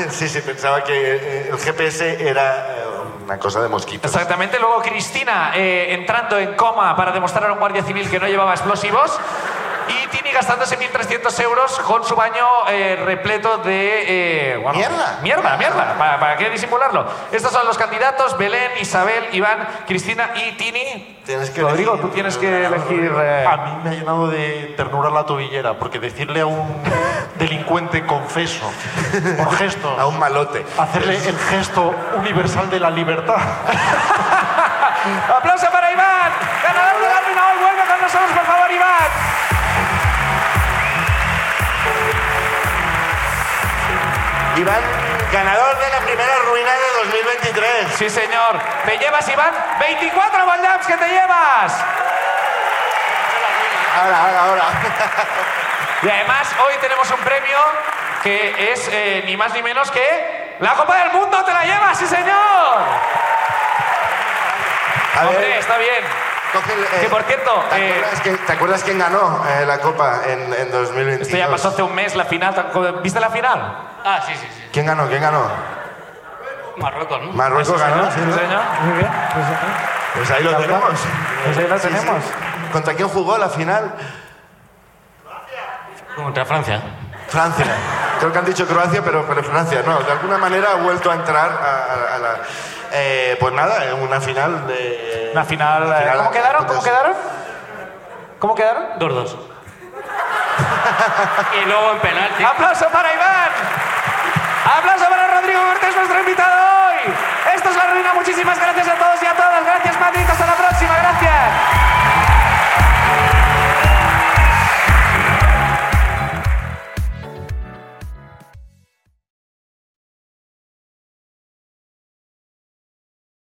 Speaker 1: Sí, sí, pensaba que eh, el GPS era eh, una cosa de mosquitos.
Speaker 2: Exactamente, luego Cristina eh, entrando en coma para demostrar a un guardia civil que no llevaba explosivos. Y Tini gastándose 1.300 euros con su baño eh, repleto de... eh, bueno,
Speaker 1: Mierda.
Speaker 2: Mierda, mierda. ¿Para, para qué disimularlo? Estos son los candidatos, Belén, Isabel, Iván, Cristina y Tini.
Speaker 1: Tienes que
Speaker 2: Rodrigo,
Speaker 1: elegir.
Speaker 2: tú tienes que elegir... eh,
Speaker 3: A mí me ha llenado de ternura la tobillera, porque decirle a un delincuente confeso, por gesto,
Speaker 1: A un malote.
Speaker 3: hacerle el gesto universal de la libertad.
Speaker 2: ¡Aplauso para Iván! ¡Ganador de la Arena Hoy! ¡Vuelve con nosotros, por favor, Iván!
Speaker 1: Iván, ganador de la primera ruina de 2023.
Speaker 2: Sí, señor. Te llevas, Iván, 24 Goldams que te llevas.
Speaker 1: Ahora, ahora, ahora.
Speaker 2: Y además hoy tenemos un premio que es eh, ni más ni menos que la Copa del Mundo te la llevas, sí señor.
Speaker 1: A
Speaker 2: Hombre,
Speaker 1: ver,
Speaker 2: está bien.
Speaker 1: coge el, eh,
Speaker 2: Que por cierto,
Speaker 1: ¿te,
Speaker 2: eh,
Speaker 1: acuerdas que- te acuerdas quién ganó eh, la copa en, en 2022?
Speaker 2: esto ya pasó hace un mes la final. ¿tampoco- ¿Viste la final?
Speaker 6: Ah, sí, sí, sí.
Speaker 1: ¿Quién ganó? ¿Quién ganó?
Speaker 6: Marruecos, ¿no?
Speaker 1: Marruecos ganó.
Speaker 2: Pues, Sí,
Speaker 1: sí, ¿no?
Speaker 2: señor. Muy bien.
Speaker 1: Pues ahí lo tenemos.
Speaker 2: Pues ahí lo
Speaker 1: Sí, sí.
Speaker 2: tenemos.
Speaker 1: ¿Contra quién jugó la final?
Speaker 6: Contra Francia.
Speaker 1: Francia. Creo que han dicho Croacia, pero, pero Francia no. De alguna manera ha vuelto a entrar a, a- a la... Eh, pues nada, en una final de...
Speaker 2: Una final. eh,
Speaker 1: Una final-
Speaker 2: ¿Cómo quedaron? ¿Cómo quedaron? ¿Cómo quedaron?
Speaker 6: 2-2. y luego en penalti.
Speaker 2: ¡Aplauso para Iván! ¡Aplauso para Rodrigo Cortés, nuestro invitado hoy! Esto es La Ruina. Muchísimas gracias a todos y a todas. Gracias, Madrid. Hasta la próxima.